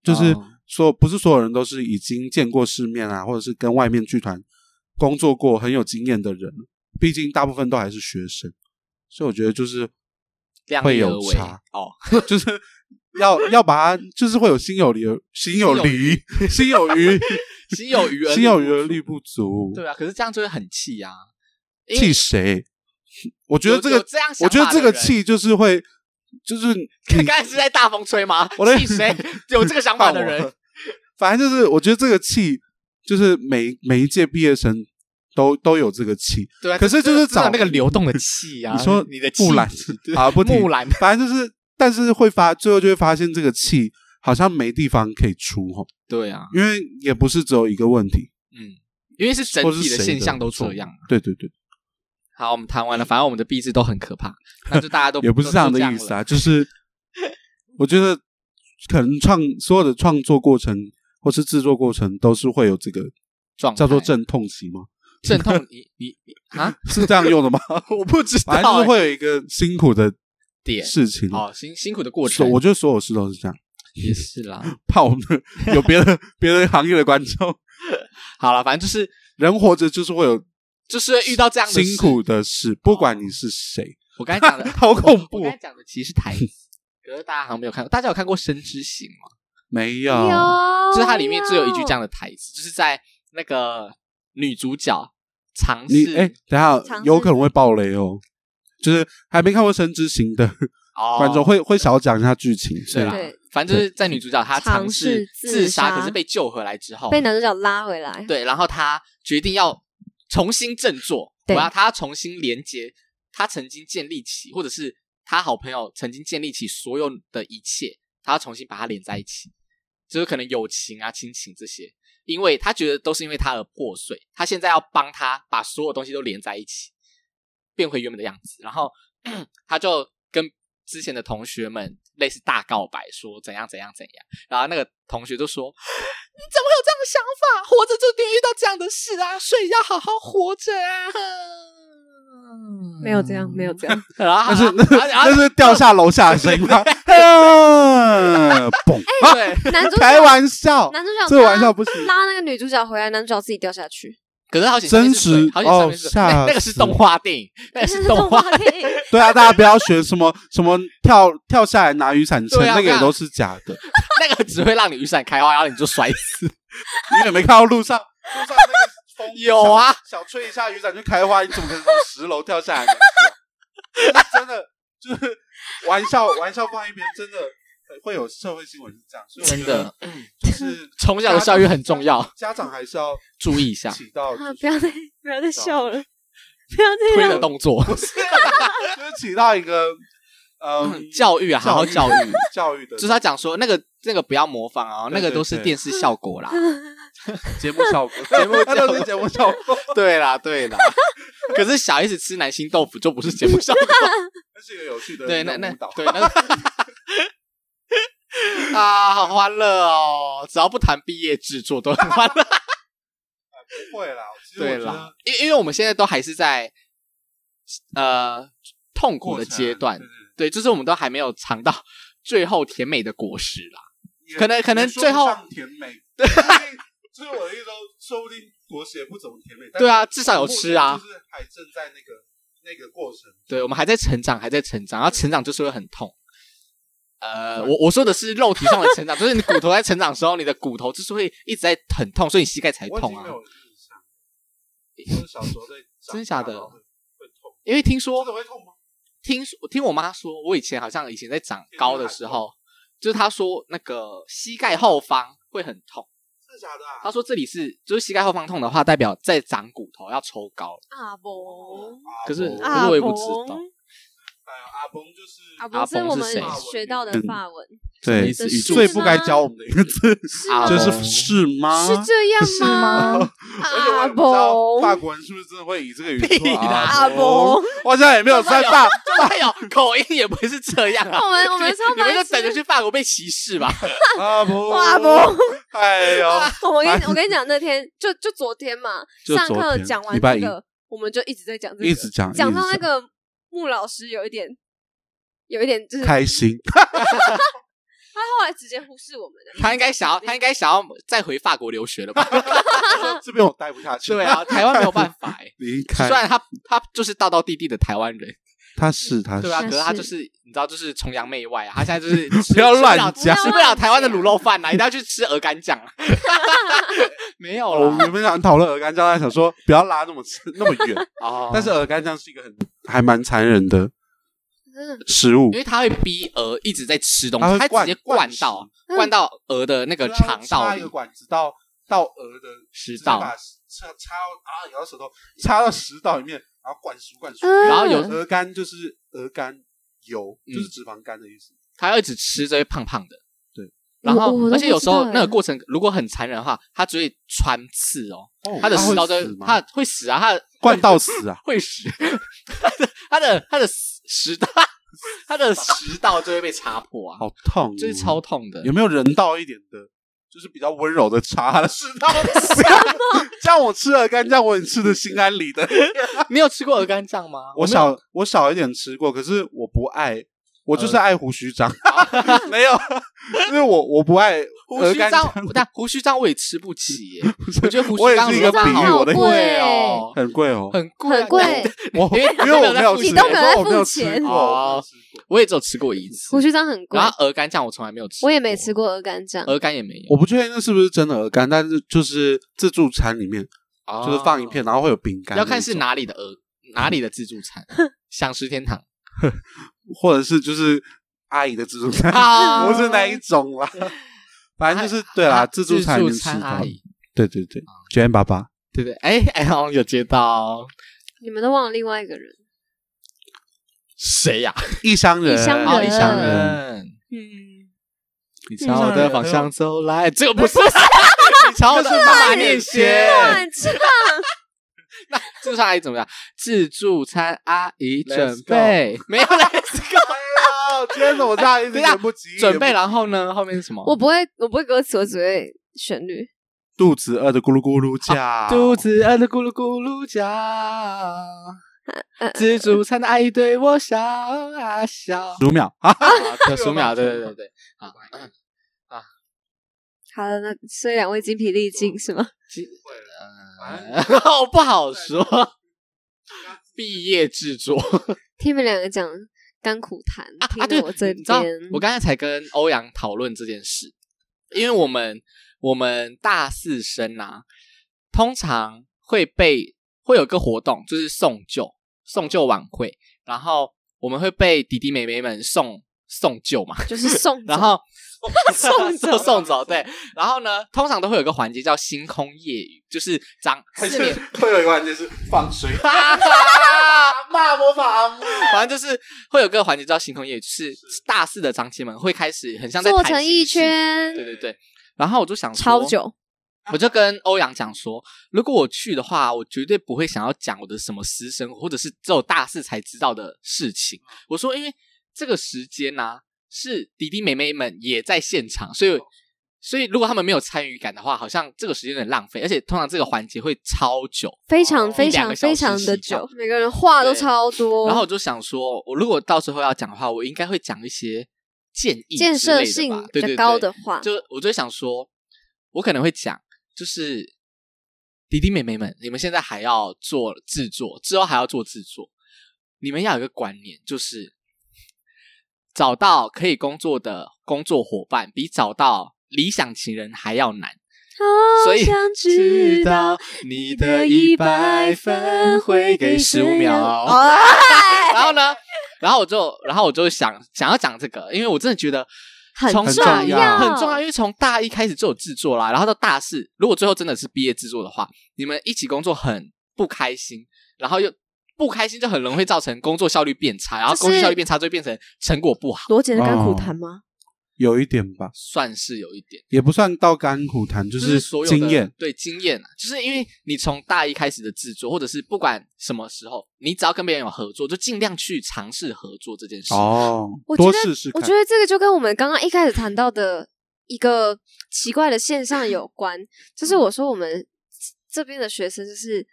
Speaker 2: 就是
Speaker 3: 哦
Speaker 2: 说不是所有人都是已经见过世面啊，或者是跟外面剧团工作过、很有经验的人，毕竟大部分都还是学生，所以我觉得就是
Speaker 3: 量
Speaker 2: 会
Speaker 3: 力而
Speaker 2: 有
Speaker 3: 为
Speaker 2: 差，
Speaker 3: 哦，
Speaker 2: 就是要要把它，就是会有心有余而心有余 心有余
Speaker 3: 心有 余而
Speaker 2: 心有
Speaker 3: 力
Speaker 2: 余
Speaker 3: 不足
Speaker 2: 而力不足，
Speaker 3: 对啊，可是这样就会很气啊。因为
Speaker 2: 气谁？我觉得
Speaker 3: 有
Speaker 2: 这个
Speaker 3: 有这样想
Speaker 2: 我觉得
Speaker 3: 法
Speaker 2: 这
Speaker 3: 的
Speaker 2: 个
Speaker 3: 人
Speaker 2: 气就是会，就是
Speaker 3: 刚刚是在大风吹吗？
Speaker 2: 我的
Speaker 3: 气谁？ 有这个想法的人，，
Speaker 2: 反正就是我觉得这个气，就是每每一届毕业生都都有这个气
Speaker 3: 对啊。
Speaker 2: 可是就是
Speaker 3: 这这
Speaker 2: 找
Speaker 3: 那个流动的气啊。
Speaker 2: 你说
Speaker 3: 你的
Speaker 2: 木 兰
Speaker 3: 气质对
Speaker 2: 啊，不提
Speaker 3: 木兰，
Speaker 2: 反正就是，但是会发最后就会发现这个气好像没地方可以出吼，
Speaker 3: 对啊，
Speaker 2: 因为也不是只有一个问题，
Speaker 3: 嗯，因为是整
Speaker 2: 或是
Speaker 3: 体的
Speaker 2: 谁
Speaker 3: 现象都这样。。啊
Speaker 2: 对对对，
Speaker 3: 好，我们谈完了，反正我们的币制都很可怕，那就大家都
Speaker 2: 也不是这样的意思。啊，就是 我觉得可能创所有的创作过程或是制作过程都是会有这个
Speaker 3: 状态啊
Speaker 2: 叫做阵痛期吗？
Speaker 3: 阵痛，你你你啊，
Speaker 2: 是这样用的吗？
Speaker 3: 我不知道欸，
Speaker 2: 反正就是会有一个辛苦的
Speaker 3: 点
Speaker 2: 事情。
Speaker 3: 哦，辛辛苦的过
Speaker 2: 所
Speaker 3: 程，
Speaker 2: 我觉得所有事都是这样，
Speaker 3: 也是啦。
Speaker 2: 怕我们有别的别的行业的观众，
Speaker 3: 好了，反正就是
Speaker 2: 人活着就是会有
Speaker 3: 就是会遇到这样的
Speaker 2: 辛
Speaker 3: 事哦
Speaker 2: 苦。的事，不管你是谁，
Speaker 3: 我刚才讲的
Speaker 2: 好恐怖
Speaker 3: 我刚才讲的其实是台词，可是大家好像没有看过。大家有看过《生之行》吗？
Speaker 2: 没有
Speaker 1: 有，
Speaker 3: 就是它里面只有一
Speaker 1: 哦
Speaker 3: 句这样的台词，就是在那个女主角尝
Speaker 2: 你
Speaker 3: 试
Speaker 2: 哎、等一下
Speaker 1: 尝试
Speaker 2: 有可能会爆雷哦。就是还没看过《神之行》的
Speaker 3: 哦
Speaker 2: 观众会会少讲一下剧情，
Speaker 3: 对
Speaker 2: 是
Speaker 3: 啦
Speaker 2: 吧？
Speaker 1: 对，
Speaker 3: 反正就是在女主角她尝
Speaker 1: 尝
Speaker 3: 试
Speaker 1: 试自
Speaker 3: 自杀，
Speaker 1: 杀
Speaker 3: 可是被救回来之后，
Speaker 1: 被男主角拉回来，
Speaker 3: 对，然后她决定要重新振作，我
Speaker 1: 对
Speaker 3: 要她要重新连接她曾经建立起，或者是她好朋友曾经建立起所有的一切，她要重新把它连在一起，就是可能友情啊、亲情这些，因为她觉得都是因为她而破碎，她现在要帮她把所有东西都连在一起，变回原本的样子，然后 她就跟之前的同学们类似大告白，说怎样怎样怎样。然后那个同学就说：“ 你怎么会有这样的想法？活着就一定会遇到这样的事啊，所以要好好活着啊！”
Speaker 1: 没有这样，没有这样。
Speaker 3: 然后
Speaker 2: 但
Speaker 3: 他，
Speaker 2: 是那
Speaker 3: 然后然后
Speaker 2: 那是掉下楼下的声音吗？啊 嘣！啊
Speaker 3: 对，
Speaker 1: 男 主角
Speaker 2: 开玩笑，
Speaker 1: 男主角
Speaker 2: 这个玩笑不行
Speaker 1: 拉那个女主角回来，男主角自己掉下 去，
Speaker 3: 可是好险上面是水
Speaker 2: 真实
Speaker 3: 好险上面
Speaker 2: 哦
Speaker 3: 是水
Speaker 2: 吓
Speaker 3: 那那个是
Speaker 2: 死
Speaker 3: 动画电影，那个哎是动画电影。
Speaker 1: 电影。
Speaker 2: 对啊，大家不要学什么什么跳跳下来拿雨伞撑，
Speaker 3: 对啊
Speaker 2: 那个
Speaker 3: 对
Speaker 2: 也
Speaker 3: 啊
Speaker 2: 都是假的。
Speaker 3: 那个只会让你雨伞开花，然后你就摔死。
Speaker 2: 你有没有看到路上路上那个风
Speaker 3: 有啊
Speaker 2: 小，小吹一下雨伞就开花，你怎么可能从十楼跳下来呢？就是真的就是玩笑玩笑放一边，真的会有社会新闻是这样，所以我
Speaker 3: 真
Speaker 2: 觉 得
Speaker 3: 的，
Speaker 2: 就是
Speaker 3: 从小的教育很重要，
Speaker 2: 家长还是要
Speaker 3: 注意一 下
Speaker 2: 起到
Speaker 1: 啊！
Speaker 2: 就
Speaker 1: 不 要再不要再笑了，不要再
Speaker 3: 推
Speaker 1: 让
Speaker 3: 的动作。
Speaker 2: 是起到一个 呃
Speaker 3: 教育啊，好好教育。
Speaker 2: 教育的，
Speaker 3: 就是他讲说那个那个不要模仿啊，那
Speaker 2: 对
Speaker 3: 个都是
Speaker 2: 对
Speaker 3: 电视效果啦。
Speaker 2: 节目 效果，节目它都是节目效果，
Speaker 3: 对啦，对啦。 可是小 S 吃南星豆腐就不是节目效果，
Speaker 2: 那是一个有趣的
Speaker 3: 对，那那
Speaker 2: 舞蹈
Speaker 3: 对那个 啊，好欢乐哦！只要不谈毕业制作都很欢乐。
Speaker 2: 不会啦，其实我
Speaker 3: 对
Speaker 2: 觉得
Speaker 3: 啦，因因为我们现在都还是在呃痛苦
Speaker 2: 过
Speaker 3: 的
Speaker 2: 程啊
Speaker 3: 阶段
Speaker 2: 对，
Speaker 3: 对，
Speaker 2: 对
Speaker 3: 就是我们都还没有尝到 最后甜美的果实啦。
Speaker 2: 也
Speaker 3: 可能可能
Speaker 2: 也说
Speaker 3: 最后
Speaker 2: 不上甜美，对，就是我的意思说，说不定国食也不怎么甜美，但是
Speaker 3: 对啊至少有吃啊
Speaker 2: 目前就是还正在那个那个过程，
Speaker 3: 对，我们还在成长，还在成长，然后成长就是会很痛。呃，
Speaker 2: 嗯
Speaker 3: 我我说的是肉体上的成长， 就是你骨头在成长的时候，你的骨头就是会一直在很痛，所以你膝盖才
Speaker 2: 我已
Speaker 3: 痛
Speaker 2: 经
Speaker 3: 啊
Speaker 2: 没。有印象，就是小时候在长大
Speaker 3: 真假的
Speaker 2: 然后会会痛，
Speaker 3: 因为听
Speaker 2: 真
Speaker 3: 说
Speaker 2: 的会痛吗？
Speaker 3: 听说听我妈说，我以前好像以前在长高的时候，就是她说那个膝盖后方会很痛。
Speaker 2: 真的假的啊？
Speaker 3: 她说这里是就是膝盖后方痛的话，代表在长骨头要抽高。
Speaker 1: 阿伯，
Speaker 2: 阿
Speaker 3: 可是
Speaker 2: 伯
Speaker 3: 可是我也
Speaker 2: 啊
Speaker 3: 不知道
Speaker 2: 还有阿崩就是
Speaker 1: 阿
Speaker 3: 阿
Speaker 1: 伯是
Speaker 3: 伯
Speaker 1: 我
Speaker 3: 是
Speaker 1: 们
Speaker 3: 谁嗯
Speaker 1: 学到的法文，
Speaker 3: 什么
Speaker 2: 对
Speaker 3: 意思
Speaker 1: 的
Speaker 3: 语
Speaker 1: 是
Speaker 3: 助
Speaker 2: 最
Speaker 1: 吗
Speaker 2: 不该教我们的一个字，
Speaker 1: 是
Speaker 3: 阿
Speaker 1: 吗？
Speaker 3: 伯
Speaker 2: 就是是是吗？
Speaker 1: 这样 吗？
Speaker 2: 而且我
Speaker 1: 阿
Speaker 2: 也不知道
Speaker 1: 伯，
Speaker 2: 法国人是不是真的会以这个语言
Speaker 3: 屁
Speaker 2: 说
Speaker 3: 啦
Speaker 1: 阿
Speaker 2: 伯
Speaker 1: 伯？
Speaker 2: 我好像也没有在大
Speaker 3: 哎呦，口音也不是这样啊！
Speaker 1: 我们我们超
Speaker 3: 你们就
Speaker 1: 白
Speaker 3: 等着
Speaker 1: 痴。
Speaker 3: 去法国被歧视 吧。
Speaker 2: 阿伯
Speaker 1: 阿伯，
Speaker 2: 哎呦，
Speaker 1: 我跟你我跟你讲，那天就就昨天嘛，
Speaker 2: 就
Speaker 1: 上
Speaker 2: 昨
Speaker 1: 课
Speaker 2: 天
Speaker 1: 讲完
Speaker 2: 礼拜
Speaker 1: 这
Speaker 2: 一
Speaker 1: 个，我们就一直在讲这个，
Speaker 2: 一直讲
Speaker 1: 讲到
Speaker 2: 一
Speaker 1: 那
Speaker 2: 直
Speaker 1: 个穆老师有一点，有一点就是
Speaker 2: 开心，
Speaker 1: 他后后来直接忽视我们的。
Speaker 3: 他应该想要，他应该想要再回法国留学了吧？
Speaker 1: 啊
Speaker 2: 这边我待哦不下去。
Speaker 3: 对，啊，台湾没有办法 哎、
Speaker 2: 离
Speaker 3: 虽
Speaker 2: 开
Speaker 3: 然他他就是道道地地的台湾人，
Speaker 2: 他是他是
Speaker 3: 对，啊，可
Speaker 1: 是
Speaker 3: 是他就是你知道，就是崇洋媚外啊，他现在就是 吃
Speaker 2: 不要乱
Speaker 3: 吃不了
Speaker 1: 讲
Speaker 3: 吃不了台湾的卤肉饭啊，一定要去吃鹅肝酱啊。 没有
Speaker 2: 哦我
Speaker 3: 啦，
Speaker 2: 们原本想讨论鹅肝酱，但想说不要拉那么那么远，
Speaker 3: 哦，
Speaker 2: 但是鹅肝酱是一个很还蛮残忍的
Speaker 1: 真的
Speaker 2: 食物
Speaker 3: 因，为他会逼鹅一直在吃东
Speaker 2: 它
Speaker 3: 西，
Speaker 2: 会
Speaker 3: 他直
Speaker 2: 灌
Speaker 3: 接灌到
Speaker 1: 食
Speaker 3: 灌到鹅的那
Speaker 1: 嗯
Speaker 3: 个肠道
Speaker 2: 啊插一
Speaker 3: 里
Speaker 2: 个管子到到鹅的
Speaker 3: 食
Speaker 2: 直接
Speaker 3: 道
Speaker 2: 把，插插到啊咬到舌头，插到食道里面，然后灌输灌输。
Speaker 1: 嗯
Speaker 3: 然后有
Speaker 2: 鹅肝就是鹅肝油，
Speaker 3: 嗯
Speaker 2: 就是脂肪肝的意思。
Speaker 3: 他要一直吃这些胖胖的。
Speaker 2: 对，
Speaker 3: 然
Speaker 1: 我我
Speaker 3: 后
Speaker 1: 都
Speaker 3: 而且有时
Speaker 1: 不
Speaker 3: 候
Speaker 1: 知道
Speaker 3: 那
Speaker 1: 欸
Speaker 3: 个过程如果很残忍的话，他只会穿刺哦，
Speaker 2: 哦
Speaker 3: 他的食道就
Speaker 2: 它会
Speaker 3: 会
Speaker 2: 死
Speaker 3: 他会死
Speaker 2: 吗
Speaker 3: 啊，他的
Speaker 2: 灌到死啊！
Speaker 3: 会死，他的他的食道，他的食道就会被插破啊，
Speaker 2: 好痛哦，
Speaker 3: 就是超痛的
Speaker 2: 有。没有人道一点的，就是比较温柔的插他的食 道？ 这样我吃鹅肝酱，我也吃的心安理得。
Speaker 3: 你有吃过鹅肝酱吗？
Speaker 2: 我小我小一点吃过，可是我不爱，我就是爱胡须 章，
Speaker 3: 啊
Speaker 2: 没有，因为我我不爱
Speaker 3: 胡
Speaker 2: 鹅
Speaker 3: 须
Speaker 2: 肝
Speaker 3: 章
Speaker 2: 酱，，
Speaker 3: 但胡须章我也吃不起耶。
Speaker 2: 是
Speaker 3: 我觉得胡
Speaker 2: 我
Speaker 3: 须
Speaker 2: 也
Speaker 3: 章
Speaker 2: 是一个
Speaker 3: 好
Speaker 2: 比喻，我的
Speaker 1: 好贵
Speaker 3: 贵哦，
Speaker 2: 很贵 哦，
Speaker 3: 很贵啊，
Speaker 1: 很贵，
Speaker 2: 我
Speaker 3: 因为
Speaker 2: 因为我没有吃，
Speaker 1: 你都没有在
Speaker 2: 我没有吃
Speaker 1: 付钱
Speaker 2: 过我没有
Speaker 3: 哦
Speaker 2: 吃过，
Speaker 3: 我也只有吃过一次
Speaker 1: 胡。须章很贵
Speaker 3: 然，后鹅肝酱我从来没有吃，
Speaker 1: 我也没吃，过鹅肝酱。
Speaker 3: 鹅肝也没有，
Speaker 2: 我不确定那是不是真的鹅肝，但是就是自助餐里面
Speaker 3: 哦
Speaker 2: 就是放一片，然后会有饼干那
Speaker 3: 要
Speaker 2: 种，
Speaker 3: 看是哪里的鹅，哪里的自助 餐，享食天 堂。
Speaker 2: 或者是就是阿姨的自助餐，
Speaker 3: 啊
Speaker 2: 不是那一种 啦。反正就是对啦，自助餐里面吃
Speaker 3: 餐
Speaker 2: 到
Speaker 3: 阿
Speaker 2: 的，
Speaker 3: 姨，
Speaker 2: 对对对，九元爸爸，
Speaker 3: 对不对？哎哎，好像有接到
Speaker 1: 你们都忘了另外一个人，
Speaker 3: 谁呀？
Speaker 2: 异乡人，
Speaker 1: 异乡
Speaker 3: 哦，
Speaker 1: 人
Speaker 3: 异乡人，
Speaker 1: 嗯，
Speaker 3: 你朝我的方向走来，这个不 是，你朝我的方向念些。
Speaker 1: 乱唱，
Speaker 3: 那自助餐阿姨怎么样？自助餐阿姨
Speaker 2: Let's
Speaker 3: 准备没有 Let's go，
Speaker 2: 哎呦，今天怎么这样？一直
Speaker 3: 等一下
Speaker 2: 言不及义
Speaker 3: 准备，
Speaker 2: 言
Speaker 3: 然后呢？后面是什么？
Speaker 1: 我不会，我不会歌词，我只会旋律。
Speaker 2: 不肚子饿的咕噜咕噜叫，
Speaker 3: 啊肚子饿的咕噜咕噜叫，自助餐的阿姨对我笑啊笑。
Speaker 2: 十五秒啊！
Speaker 3: 啊，可数秒，对对对对， 啊，
Speaker 1: 好了，那所以两位精疲力尽是吗？
Speaker 2: 哎
Speaker 3: 我不好说。 毕业制作
Speaker 1: 啊听你们两个讲甘苦谈，听
Speaker 3: 啊，对，
Speaker 1: 得我这
Speaker 3: 你知道
Speaker 1: 边，
Speaker 3: 我刚才才跟欧阳讨论这件事，因为我们我们大四生啊，通常会被会有个活动，就是送旧送旧晚会，然后我们会被弟弟妹妹们送送 旧嘛，
Speaker 1: 就是送走，
Speaker 3: 然后
Speaker 1: 送走
Speaker 3: 就 送走，对，然后呢，通常都会有个环节叫星空夜雨，就是长
Speaker 2: 还
Speaker 3: 四
Speaker 2: 是
Speaker 3: 年
Speaker 2: 会有一个环节是放水， 啊
Speaker 3: 骂魔法阿反正就是会有个环节叫星空夜雨，就是大四的长姐们会开始很像在
Speaker 1: 做
Speaker 3: 弹
Speaker 1: 成
Speaker 3: 琴
Speaker 1: 一
Speaker 3: 室，
Speaker 1: 圈
Speaker 3: 对，对对。然后我就想说
Speaker 1: 超，久，
Speaker 3: 我就跟欧阳讲说，如果我去的话，我绝对不会想要讲我的什么私生活，或者是只有大四才知道的事情。我说，因为这个时间呢、是弟弟妹妹们也在现场，所以所以如果他们没有参与感的话，好像这个时间有点浪费，而且通常这个环节会超久。
Speaker 1: 非常
Speaker 2: 哦
Speaker 1: 非
Speaker 3: 一两
Speaker 1: 常
Speaker 3: 个小
Speaker 1: 非
Speaker 3: 时
Speaker 1: 常
Speaker 3: 起
Speaker 1: 的
Speaker 3: 跳
Speaker 1: 久，每个人话都
Speaker 3: 对
Speaker 1: 超多，
Speaker 3: 然后我就想说，我如果到时候要讲的话，我应该会讲一些建议之类
Speaker 1: 建
Speaker 3: 的吧、
Speaker 1: 设性比
Speaker 3: 对对
Speaker 1: 较
Speaker 3: 对
Speaker 1: 高的话，
Speaker 3: 就我就想说，我可能会讲，就是弟弟妹妹们，你们现在还要做制作，之后还要做制作，你们要有一个观念，就是找到可以工作的工作伙伴，比找到理想情人还要难。所
Speaker 1: 好
Speaker 3: 以
Speaker 1: 想知道。
Speaker 3: 你
Speaker 1: 的100分会给
Speaker 3: 15
Speaker 1: 谁哦呀
Speaker 3: 哦 然后
Speaker 1: 哎
Speaker 3: 呢，然后我就，然后我就想想要讲这个，因为我真的觉得
Speaker 1: 很
Speaker 3: 从
Speaker 2: 重
Speaker 3: 大一
Speaker 2: 要
Speaker 3: 很重要，因为从大一开始就有制作啦，然后到大四，如果最后真的是毕业制作的话，你们一起工作很不开心，然后又。不开心就很容易会造成工作效率变差，然后
Speaker 1: 就是
Speaker 3: 工作效率变差就会变成成果不好，
Speaker 1: 罗姐的甘苦
Speaker 2: 哦
Speaker 1: 谈吗？
Speaker 2: 有一点吧，
Speaker 3: 算是有一点。
Speaker 2: 也不算到甘苦谈，就
Speaker 3: 就是所有的
Speaker 2: 经验。
Speaker 3: 对经验啊，就是因为你从大一开始的制作，或者是不管什么时候，你只要跟别人有合作，就尽量去尝试合作这件事。
Speaker 2: 哦
Speaker 1: 我，觉
Speaker 2: 多
Speaker 1: 得
Speaker 2: 试试
Speaker 1: 我
Speaker 2: 看
Speaker 1: 觉。得这个就跟我们刚刚一开始谈到的一个奇怪的现象有 关，就是
Speaker 2: 嗯
Speaker 1: 我说我们这边的学生就是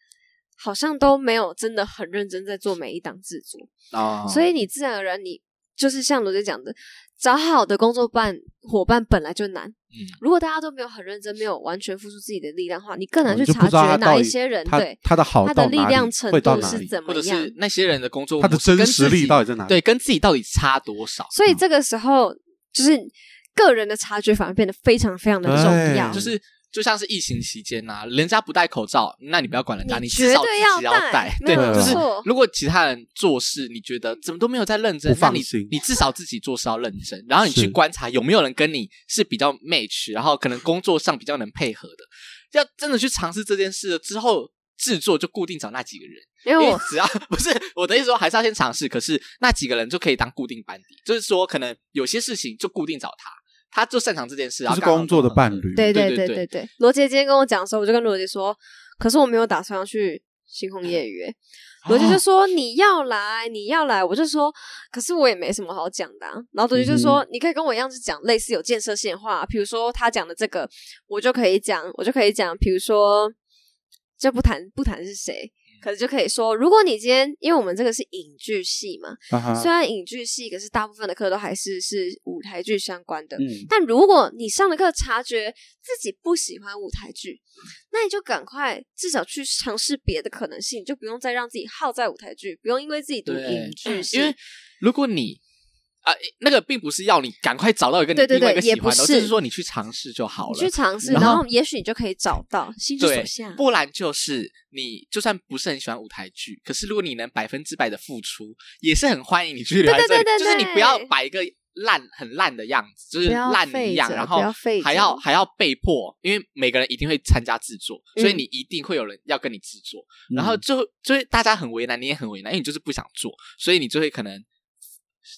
Speaker 1: 好像都没有真的很认真在做每一档制作，
Speaker 3: 啊
Speaker 2: 哦
Speaker 1: 所以你自然而然你就是像罗姐讲的，找好的工作伴伙伴本来就难。
Speaker 3: 嗯
Speaker 1: 如果大家都没有很认真，没有完全付出自己的力量的话，你更难
Speaker 2: 我
Speaker 1: 去
Speaker 2: 哦就不
Speaker 1: 察
Speaker 2: 知道
Speaker 1: 觉
Speaker 2: 他
Speaker 1: 哪
Speaker 2: 到
Speaker 1: 一
Speaker 2: 底
Speaker 1: 些人
Speaker 2: 他
Speaker 1: 对
Speaker 2: 他的好
Speaker 1: 他
Speaker 2: 到
Speaker 1: 的力
Speaker 2: 哪
Speaker 1: 量
Speaker 2: 里
Speaker 1: 程
Speaker 2: 会到
Speaker 1: 度
Speaker 2: 哪
Speaker 1: 是
Speaker 2: 里
Speaker 1: 怎
Speaker 3: 或
Speaker 1: 么
Speaker 3: 者
Speaker 1: 样
Speaker 3: 是？那些人的工作
Speaker 2: 他的
Speaker 3: 模式
Speaker 2: 真
Speaker 3: 跟自
Speaker 2: 实
Speaker 3: 己
Speaker 2: 力到底在哪里？
Speaker 3: 对，跟自己到底差多少？
Speaker 1: 所以这个时候，就是个人的察觉反而变得非常非常的重要
Speaker 2: 对。
Speaker 3: 就是就像是疫情期间呐、人家不戴口罩，那你不要管人家，
Speaker 1: 你
Speaker 3: 你
Speaker 1: 绝
Speaker 3: 至少自
Speaker 1: 对
Speaker 3: 己
Speaker 1: 要
Speaker 3: 要
Speaker 1: 戴没
Speaker 3: 对，
Speaker 2: 有
Speaker 3: 就是
Speaker 1: 错
Speaker 3: 如果其他人做事，你觉得怎么都没有在认真，
Speaker 2: 不放
Speaker 3: 那你
Speaker 2: 心
Speaker 3: 你至少自己做事要认真，然后你去
Speaker 2: 是
Speaker 3: 观察有没有人跟你是比较 match，然后可能工作上比较能配合的。要真的去尝试这件事了之后，制作就固定找那几个人。
Speaker 1: 因为
Speaker 3: 因为
Speaker 1: 我
Speaker 3: 只要不是我的意思说，还是要先尝试。可是那几个人就可以当固定班底，就是说可能有些事情就固定找他，他就擅长这件事，然后
Speaker 2: 就是
Speaker 3: 刚好
Speaker 2: 工作
Speaker 3: 刚
Speaker 2: 的
Speaker 3: 好
Speaker 2: 伴
Speaker 3: 合
Speaker 2: 侣，
Speaker 1: 对对对
Speaker 3: 对对
Speaker 1: 对
Speaker 3: 对
Speaker 1: 对，罗杰今天跟我讲的时候，我就跟罗杰说，可是我没有打算要去星空夜约。罗
Speaker 3: 哦
Speaker 1: 杰就说你要来，你要来，我就说，可是我也没什么好讲的、啊。然后罗杰就说，你可以跟我一样是讲类似有建设性的话，比如说他讲的这个，我就可以讲，我就可以讲，比如说就不谈不谈是谁，可是就可以说，如果你今天因为我们这个是影剧系嘛，
Speaker 2: 啊
Speaker 3: 嗯
Speaker 2: 哈
Speaker 1: 虽然影剧系，可是大部分的课都还是是舞台剧相关的。
Speaker 2: 嗯，
Speaker 1: 但如果你上了课察觉自己不喜欢舞台剧，那你就赶快至少去尝试别的可能性，就不用再让自己耗在舞台剧，不用因为自己读
Speaker 3: 对
Speaker 1: 影剧系，
Speaker 3: 因为如果你啊、那个并不是要你赶快找到一个你
Speaker 1: 对对对
Speaker 3: 另外一个喜
Speaker 1: 也不
Speaker 3: 欢的，
Speaker 1: 是
Speaker 3: 就是说你去尝试就好
Speaker 1: 你
Speaker 3: 了
Speaker 1: 去。尝试，
Speaker 3: 然
Speaker 1: 然
Speaker 3: 后
Speaker 1: 后也许你就可以找到心之所
Speaker 3: 对
Speaker 1: 向，。
Speaker 3: 不然就是你就算不是很喜欢舞台剧，可是如果你能百分之百的付出，也是很欢迎你去留在这
Speaker 1: 对对
Speaker 3: 里。
Speaker 1: 对对
Speaker 3: 就是你
Speaker 1: 对
Speaker 3: 不要摆一个烂很烂的样子，就是
Speaker 1: 不要
Speaker 3: 烂
Speaker 1: 废
Speaker 3: 泥一样，
Speaker 1: 着
Speaker 3: 然
Speaker 1: 不
Speaker 3: 后
Speaker 1: 要废
Speaker 3: 还
Speaker 1: 着
Speaker 3: 要还要被迫，因为每个人一定会参加制作，所以
Speaker 1: 嗯
Speaker 3: 你一定会有人要跟你制作，然
Speaker 2: 嗯
Speaker 3: 后就就是大家很为难，你也很为难，因为你就是不想做，所以你就会可能。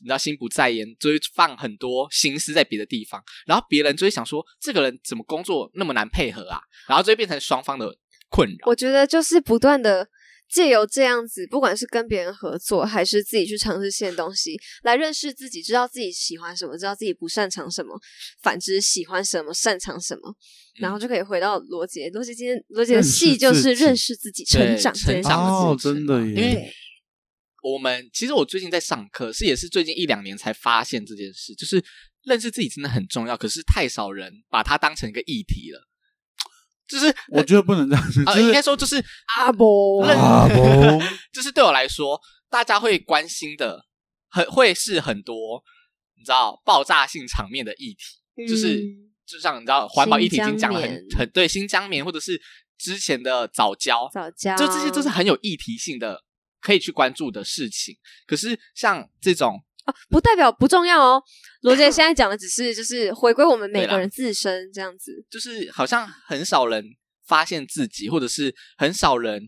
Speaker 3: 你知道心不在焉，就会放很多心思在别的地方，然后别人就会想说，这个人怎么工作那么难配合啊？然后就会变成双方的困扰。
Speaker 1: 我觉得就是不断的借由这样子，不管是跟别人合作，还是自己去尝试新的东西，来认识自己，知道自己喜欢什么，知道自己不擅长什么，反之喜欢什么，擅长什么，
Speaker 3: 嗯
Speaker 1: 然后就可以回到罗杰。罗杰今天罗杰的
Speaker 2: 认识
Speaker 1: 戏就
Speaker 2: 自
Speaker 1: 是
Speaker 2: 己
Speaker 1: 认识自己、成
Speaker 3: 对
Speaker 1: 长这件
Speaker 3: 成
Speaker 1: 事
Speaker 3: 长
Speaker 1: 情。
Speaker 2: 哦
Speaker 3: 的过程
Speaker 2: 真的耶
Speaker 3: 因为
Speaker 1: 对
Speaker 3: 我们其实我最近在上课，是也是最近一两年才发现这件事，就是认识自己真的很重要，可是太少人把它当成一个议题了。就是
Speaker 2: 我觉得不能这样子，
Speaker 3: 啊、
Speaker 2: 就
Speaker 3: 应
Speaker 2: 是
Speaker 3: 该说就是
Speaker 1: 阿伯
Speaker 3: 认
Speaker 2: 啊不，
Speaker 3: 就是对我来说，大家会关心的很会是很多，你知道爆炸性场面的议题，就是
Speaker 1: 嗯
Speaker 3: 就像你知道环保议题已经讲了
Speaker 1: 新疆
Speaker 3: 很
Speaker 1: 棉
Speaker 3: 很对新疆棉或者是之前的早教，
Speaker 1: 早教，
Speaker 3: 就这些都是很有议题性的，可以去关注的事情。可是像这种，
Speaker 1: 哦，不代表不重要哦。罗杰现在讲的只是就是回归我们每
Speaker 3: 对啦
Speaker 1: 个人自身这样子。
Speaker 3: 就是好像很少人发现自己，或者是很少人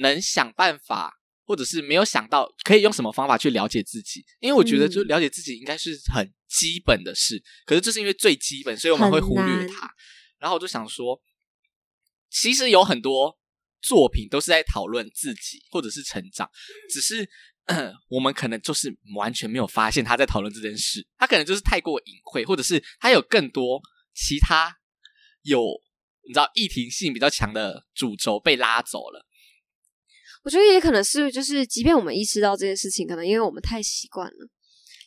Speaker 3: 能想办法，或者是没有想到可以用什么方法去了解自己。因为我觉得，
Speaker 1: 嗯
Speaker 3: 就了解自己应该是很基本的事，可是就是因为最基本，所以我们会忽
Speaker 1: 很
Speaker 3: 略
Speaker 1: 难
Speaker 3: 它。然后我就想说，其实有很多作品都是在讨论自己或者是成长，只是。 呃我们可能就是完全没有发现他在讨论这件事，他可能就是太过隐晦，或者是他有更多其他有你知道议题性比较强的主轴被拉走了。
Speaker 1: 我觉得也可能是，就是即便我们意识到这件事情，可能因为我们太习惯了，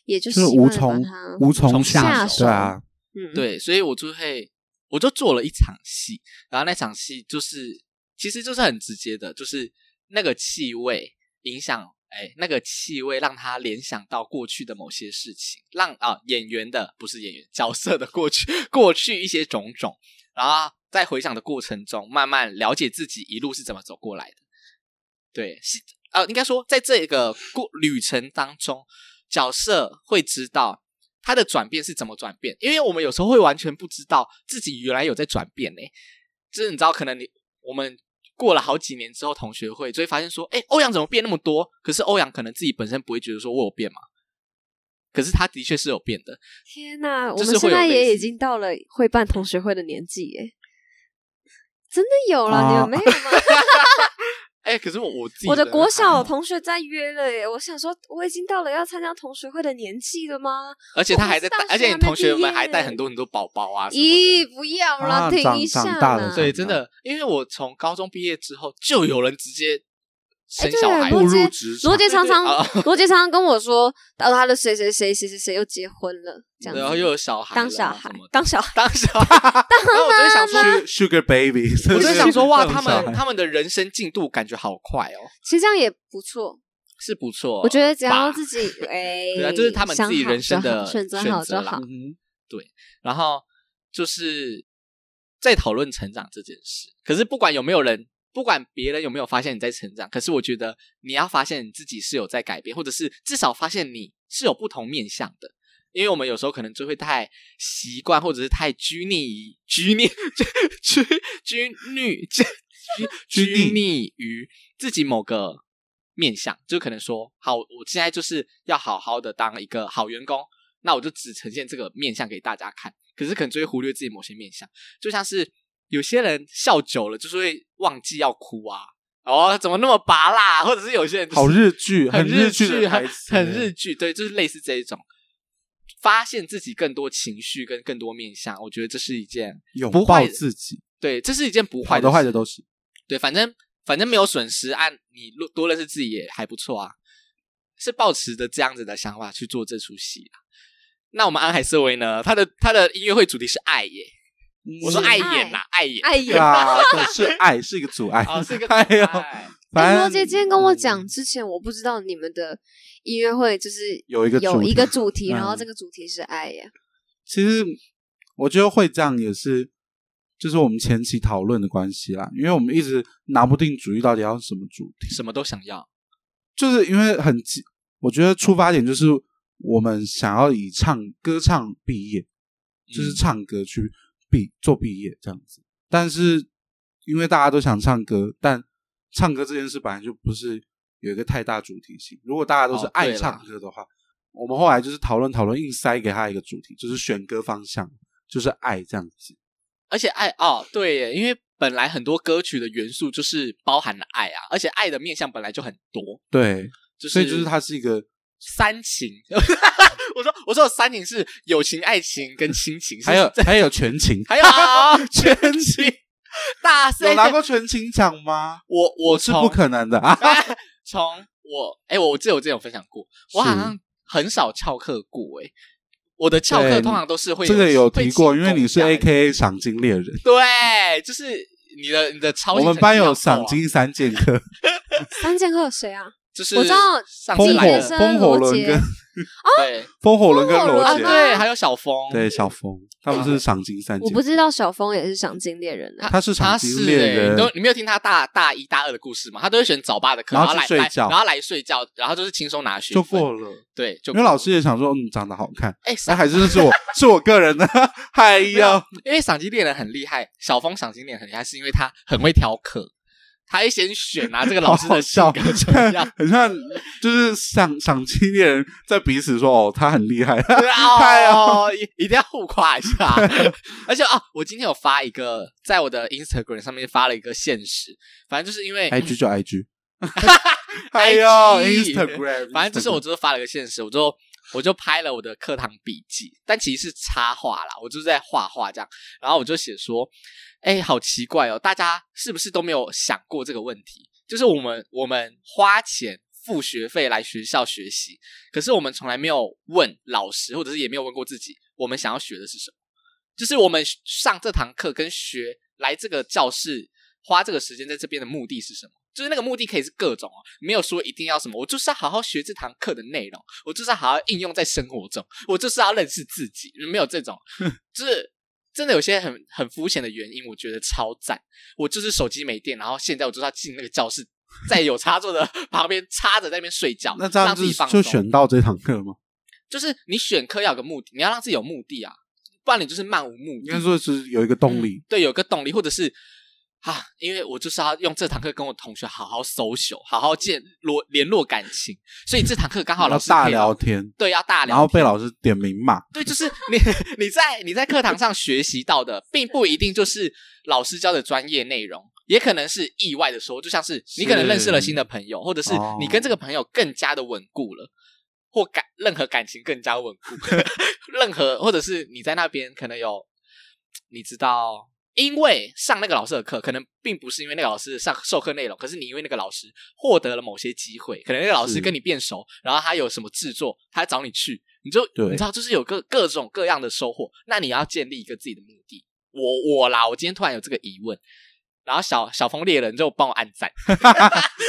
Speaker 1: 也就
Speaker 2: 就是
Speaker 1: 习
Speaker 2: 无
Speaker 1: 惯了把
Speaker 2: 从
Speaker 1: 它
Speaker 2: 无从
Speaker 1: 下
Speaker 2: 手，对啊，
Speaker 1: 嗯，
Speaker 3: 对，所以我就会，我就做了一场戏，然后那场戏就是，其实就是很直接的，就是那个气味影响，哎，那个气味让他联想到过去的某些事情，让啊、演员的不是演员角色的过去过去一些种种，然后在回想的过程中，慢慢了解自己一路是怎么走过来的。对，是呃，应该说在这个过旅程当中，角色会知道他的转变是怎么转变，因为我们有时候会完全不知道自己原来有在转变呢、就是你知道，可能你我们过了好几年之后，同学会就会发现说，哎、欧阳怎么变那么多？可是欧阳可能自己本身不会觉得说我有变嘛，可是他的确是有变的，
Speaker 1: 天哪，我
Speaker 3: 就是
Speaker 1: 们现
Speaker 3: 会有
Speaker 1: 在
Speaker 3: 类
Speaker 1: 也已
Speaker 3: 似
Speaker 1: 经到了会办同学会的年纪耶，真的有了，
Speaker 2: 啊
Speaker 1: 你们没有 吗？
Speaker 3: 哎、可是我我自己
Speaker 1: 我的
Speaker 3: 真
Speaker 1: 国
Speaker 3: 还
Speaker 1: 小
Speaker 3: 好
Speaker 1: 同学在约了耶，我想说我已经到了要参加同学会的年纪了吗？
Speaker 3: 而且他
Speaker 1: 我
Speaker 3: 还
Speaker 1: 是
Speaker 3: 在
Speaker 1: 大
Speaker 3: 带，
Speaker 1: 学
Speaker 3: 而且
Speaker 1: 还
Speaker 3: 你
Speaker 1: 没
Speaker 3: 同学
Speaker 1: 毕
Speaker 3: 们还带
Speaker 1: 业
Speaker 3: 很多很多宝宝啊什么的，嗯
Speaker 1: 咦，不要啦，
Speaker 2: 啊
Speaker 1: 停
Speaker 2: 长
Speaker 1: 一下
Speaker 2: 长大了
Speaker 1: 啦
Speaker 3: 对，
Speaker 2: 对
Speaker 3: 真的，因为我从高中毕业之后，就有人直接生
Speaker 1: 哎对
Speaker 3: 小孩
Speaker 1: 不
Speaker 2: 步
Speaker 1: 过
Speaker 2: 入职场
Speaker 1: 罗，杰常常
Speaker 3: 啊，
Speaker 1: 罗杰常常跟我说，到他的谁谁谁谁谁谁又结婚了，这样子
Speaker 3: 然啊后又有小孩了，
Speaker 1: 当小孩
Speaker 3: 什么，的
Speaker 1: 当小孩，
Speaker 3: 当小孩，然后我就会想说，
Speaker 2: Su- Sugar Baby，
Speaker 3: 我
Speaker 2: 真
Speaker 3: 就是想说，哇，
Speaker 2: 这
Speaker 3: 他
Speaker 2: 种小
Speaker 3: 们
Speaker 2: 孩
Speaker 3: 他们的人生进度感觉好快哦，
Speaker 1: 其实这样也不错。
Speaker 3: 是不错。
Speaker 1: 我觉得只要
Speaker 3: 哦吧
Speaker 1: 自己哎，
Speaker 3: 对啊，就是他们自己人生
Speaker 1: 想好就
Speaker 3: 的
Speaker 1: 好选择好就
Speaker 3: 啦
Speaker 1: 好。
Speaker 2: 嗯
Speaker 3: 然后就是在讨论成长这件事。可是不管有没有人，不管别人有没有发现你在成长，可是我觉得你要发现你自己是有在改变，或者是至少发现你是有不同面向的。因为我们有时候可能就会太习惯，或者是太拘泥于拘泥拘 拘泥 拘
Speaker 2: 拘泥
Speaker 3: 拘泥于自己某个面向，就可能说，好，我现在就是要好好的当一个好员工，那我就只呈现这个面相给大家看，可是可能就会忽略自己某些面相，就像是有些人笑久了就是会忘记要哭啊，哦，怎么那么拔辣，啊或者是有些人就是
Speaker 2: 好日剧，
Speaker 3: 很
Speaker 2: 日剧
Speaker 3: 剧，
Speaker 2: 的台
Speaker 3: 很
Speaker 2: 词，
Speaker 3: 很日剧，对，就是类似这一种，发现自己更多情绪跟更多面相，我觉得这是一件
Speaker 2: 拥
Speaker 3: 不
Speaker 2: 抱
Speaker 3: 坏的
Speaker 2: 自己，
Speaker 3: 对，这是一件不
Speaker 2: 好
Speaker 3: 坏
Speaker 2: 的坏的
Speaker 3: 事
Speaker 2: 都是。
Speaker 3: 对，反正反正没有损失，按你多多认识自己也还不错啊。是抱持着这样子的想法去做这出戏啊。那我们安海瑟薇呢？她的她的音乐会主题是爱耶，我说
Speaker 1: 是
Speaker 3: 嗯爱
Speaker 1: 爱
Speaker 3: 演呐，爱演，
Speaker 1: 哎呀，
Speaker 2: 啊，对是爱是一个阻碍
Speaker 3: 哦，是一个
Speaker 2: 哎呦，
Speaker 3: 爱
Speaker 1: 哎
Speaker 2: 反
Speaker 1: 罗
Speaker 2: 正嗯
Speaker 1: 杰今天跟我讲之前，我不知道你们的音乐会就是
Speaker 2: 有一个
Speaker 1: 有
Speaker 2: 主
Speaker 1: 一
Speaker 2: 题
Speaker 1: 个主题，
Speaker 2: 嗯
Speaker 1: 然后这个主题是爱呀。
Speaker 2: 其实我觉得会这样也是，就是我们前期讨论的关系啦，因为我们一直拿不定主意到底要什么主题，
Speaker 3: 什么都想要，
Speaker 2: 就是因为很急，我觉得出发点就是我们想要以唱歌唱毕业，就是
Speaker 3: 嗯
Speaker 2: 唱歌去毕做毕业这样子，但是因为大家都想唱歌，但唱歌这件事本来就不是有一个太大主题性，如果大家都是
Speaker 3: 哦
Speaker 2: 爱
Speaker 3: 对啦
Speaker 2: 唱歌的话。我们后来就是讨论讨论，硬塞给他一个主题，就是选歌方向，就是爱这样子。
Speaker 3: 而且爱哦，对耶，因为本来很多歌曲的元素就是包含了爱啊，而且爱的面向本来就很多，
Speaker 2: 对，
Speaker 3: 就是
Speaker 2: 所以就是它是一个，
Speaker 3: 三情。 我说我说的三情是友情、爱情跟亲情，是
Speaker 2: 还有还有全勤，
Speaker 3: 还有啊， 全勤大赛
Speaker 2: 有拿过全勤奖吗？
Speaker 3: 我我
Speaker 2: 是
Speaker 3: 从
Speaker 2: 不可能的啊！
Speaker 3: 从我哎、我记得我之前有分享过，我好
Speaker 2: 是
Speaker 3: 像很少翘课过哎、我的翘课
Speaker 2: 对
Speaker 3: 通常都是会
Speaker 2: 这个有提过，
Speaker 3: 会
Speaker 2: 因为你是
Speaker 3: 请
Speaker 2: A
Speaker 3: 供
Speaker 2: K A 赏金猎人，
Speaker 3: 对，就是你的你的超
Speaker 2: 我
Speaker 3: 级成
Speaker 2: 们
Speaker 3: 绩
Speaker 2: 班有
Speaker 3: 要够啊
Speaker 2: 赏，金三剑 客，
Speaker 1: 三剑客有谁啊？
Speaker 3: 就是
Speaker 1: 我知道
Speaker 3: 上次
Speaker 2: 风
Speaker 3: 来
Speaker 2: 火
Speaker 3: 的
Speaker 1: 生
Speaker 2: 风火
Speaker 1: 罗
Speaker 2: 轮
Speaker 1: 杰
Speaker 2: 跟
Speaker 1: 哦
Speaker 3: 对
Speaker 2: 风 火轮跟罗
Speaker 3: 啊
Speaker 1: 罗杰
Speaker 2: 杰，
Speaker 3: 对，还有小峰
Speaker 2: 对小峰，他们是赏金三
Speaker 1: 我
Speaker 2: 剑
Speaker 1: 不
Speaker 2: 客，
Speaker 1: 知道小峰也是赏金猎人 啊。
Speaker 2: 他是
Speaker 3: 他
Speaker 2: 赏金
Speaker 3: 是
Speaker 2: 猎
Speaker 3: 欸你
Speaker 2: 人，
Speaker 3: 都你没有听他大大一大二的故事吗？他都会选早八的课，
Speaker 2: 然
Speaker 3: 然
Speaker 2: 后
Speaker 3: 来
Speaker 2: 去睡
Speaker 3: 来
Speaker 2: 觉
Speaker 3: 然后来睡觉，然后就是轻松拿学
Speaker 2: 就
Speaker 3: 分
Speaker 2: 过了。
Speaker 3: 对，就
Speaker 2: 因为老师也想说，嗯，长得好看，
Speaker 3: 哎，
Speaker 2: 那
Speaker 3: 赏
Speaker 2: 还是是我是我个人的， 哎
Speaker 3: 没有
Speaker 2: 呀，，
Speaker 3: 因为赏金猎人很厉害，小峰赏金猎人很厉害，是因为他很会挑课，他会先选啊，这个老师
Speaker 2: 好
Speaker 3: 的
Speaker 2: 好
Speaker 3: 性
Speaker 2: 笑
Speaker 3: 格怎么样？
Speaker 2: 很像就是赏赏金猎人在彼此说，哦，他很厉 害，
Speaker 3: 对啊
Speaker 2: 哎呀
Speaker 3: 哦，一一定要互夸一 下。而且啊，我今天有发一个，在我的 Instagram 上面发了一个现实，反正就是因为
Speaker 2: IG 就 IG，哎
Speaker 3: IG
Speaker 2: 呦，Instagram，
Speaker 3: 反正 就是我，就是发了个现实，我就我就拍了我的课堂笔记，但其实是插画啦，我就是在画画这样。然后我就写说，哎、好奇怪哦，大家是不是都没有想过这个问题？就是我们我们花钱付学费来学校学习，可是我们从来没有问老师，或者是也没有问过自己，我们想要学的是什么？就是我们上这堂课跟学来这个教室花这个时间在这边的目的是什么？就是那个目的可以是各种哦，没有说一定要什么，我就是要好好学这堂课的内容，我就是要好好应用在生活中，我就是要认识自己，没有 这种，就是真的有些很很肤浅的原因，我觉得超赞。我就是手机没电，然后现在我就是要进那个教室，在有插座的 旁边插着在那边睡觉，
Speaker 2: 那这样
Speaker 3: 让自
Speaker 2: 就
Speaker 3: 己放
Speaker 2: 就
Speaker 3: 松。
Speaker 2: 选到这堂课吗？
Speaker 3: 就是你选科要有个目的，你要让自己有目的啊，不然你就是漫无目
Speaker 2: 应
Speaker 3: 的。
Speaker 2: 该说是有一个动力
Speaker 3: 嗯，对，有个动力，或者是啊，因为我就是要用这堂课跟我同学好好 social，好好建络联络感情，所以这堂课刚好
Speaker 2: 要
Speaker 3: 老师
Speaker 2: 大
Speaker 3: 可以
Speaker 2: 聊，天，
Speaker 3: 对，要大聊，
Speaker 2: 然后被老师点名骂，
Speaker 3: 对，就是你 你在你在课堂上学习到的，并不一定就是老师教的专业内容，也可能是意外的收获，就像是你可能认识了新的朋友，或者是
Speaker 2: 哦
Speaker 3: 你跟这个朋友更加的稳固了。或感任何感情更加 稳固，任何或者是你在那边可能有，你知道因为上那个老师的课，可能并不是因为那个老师上授课内容，可是你因为那个老师获得了某些机会，可能那个老师
Speaker 2: 是
Speaker 3: 跟你变熟，然后他有什么制作，他找你去，你就
Speaker 2: 对
Speaker 3: 你知道，就是有各各种各样的收获。那你要建立一个自己的目的。我我啦，我今天突然有这个疑问，然后小小峰猎人就帮我按赞，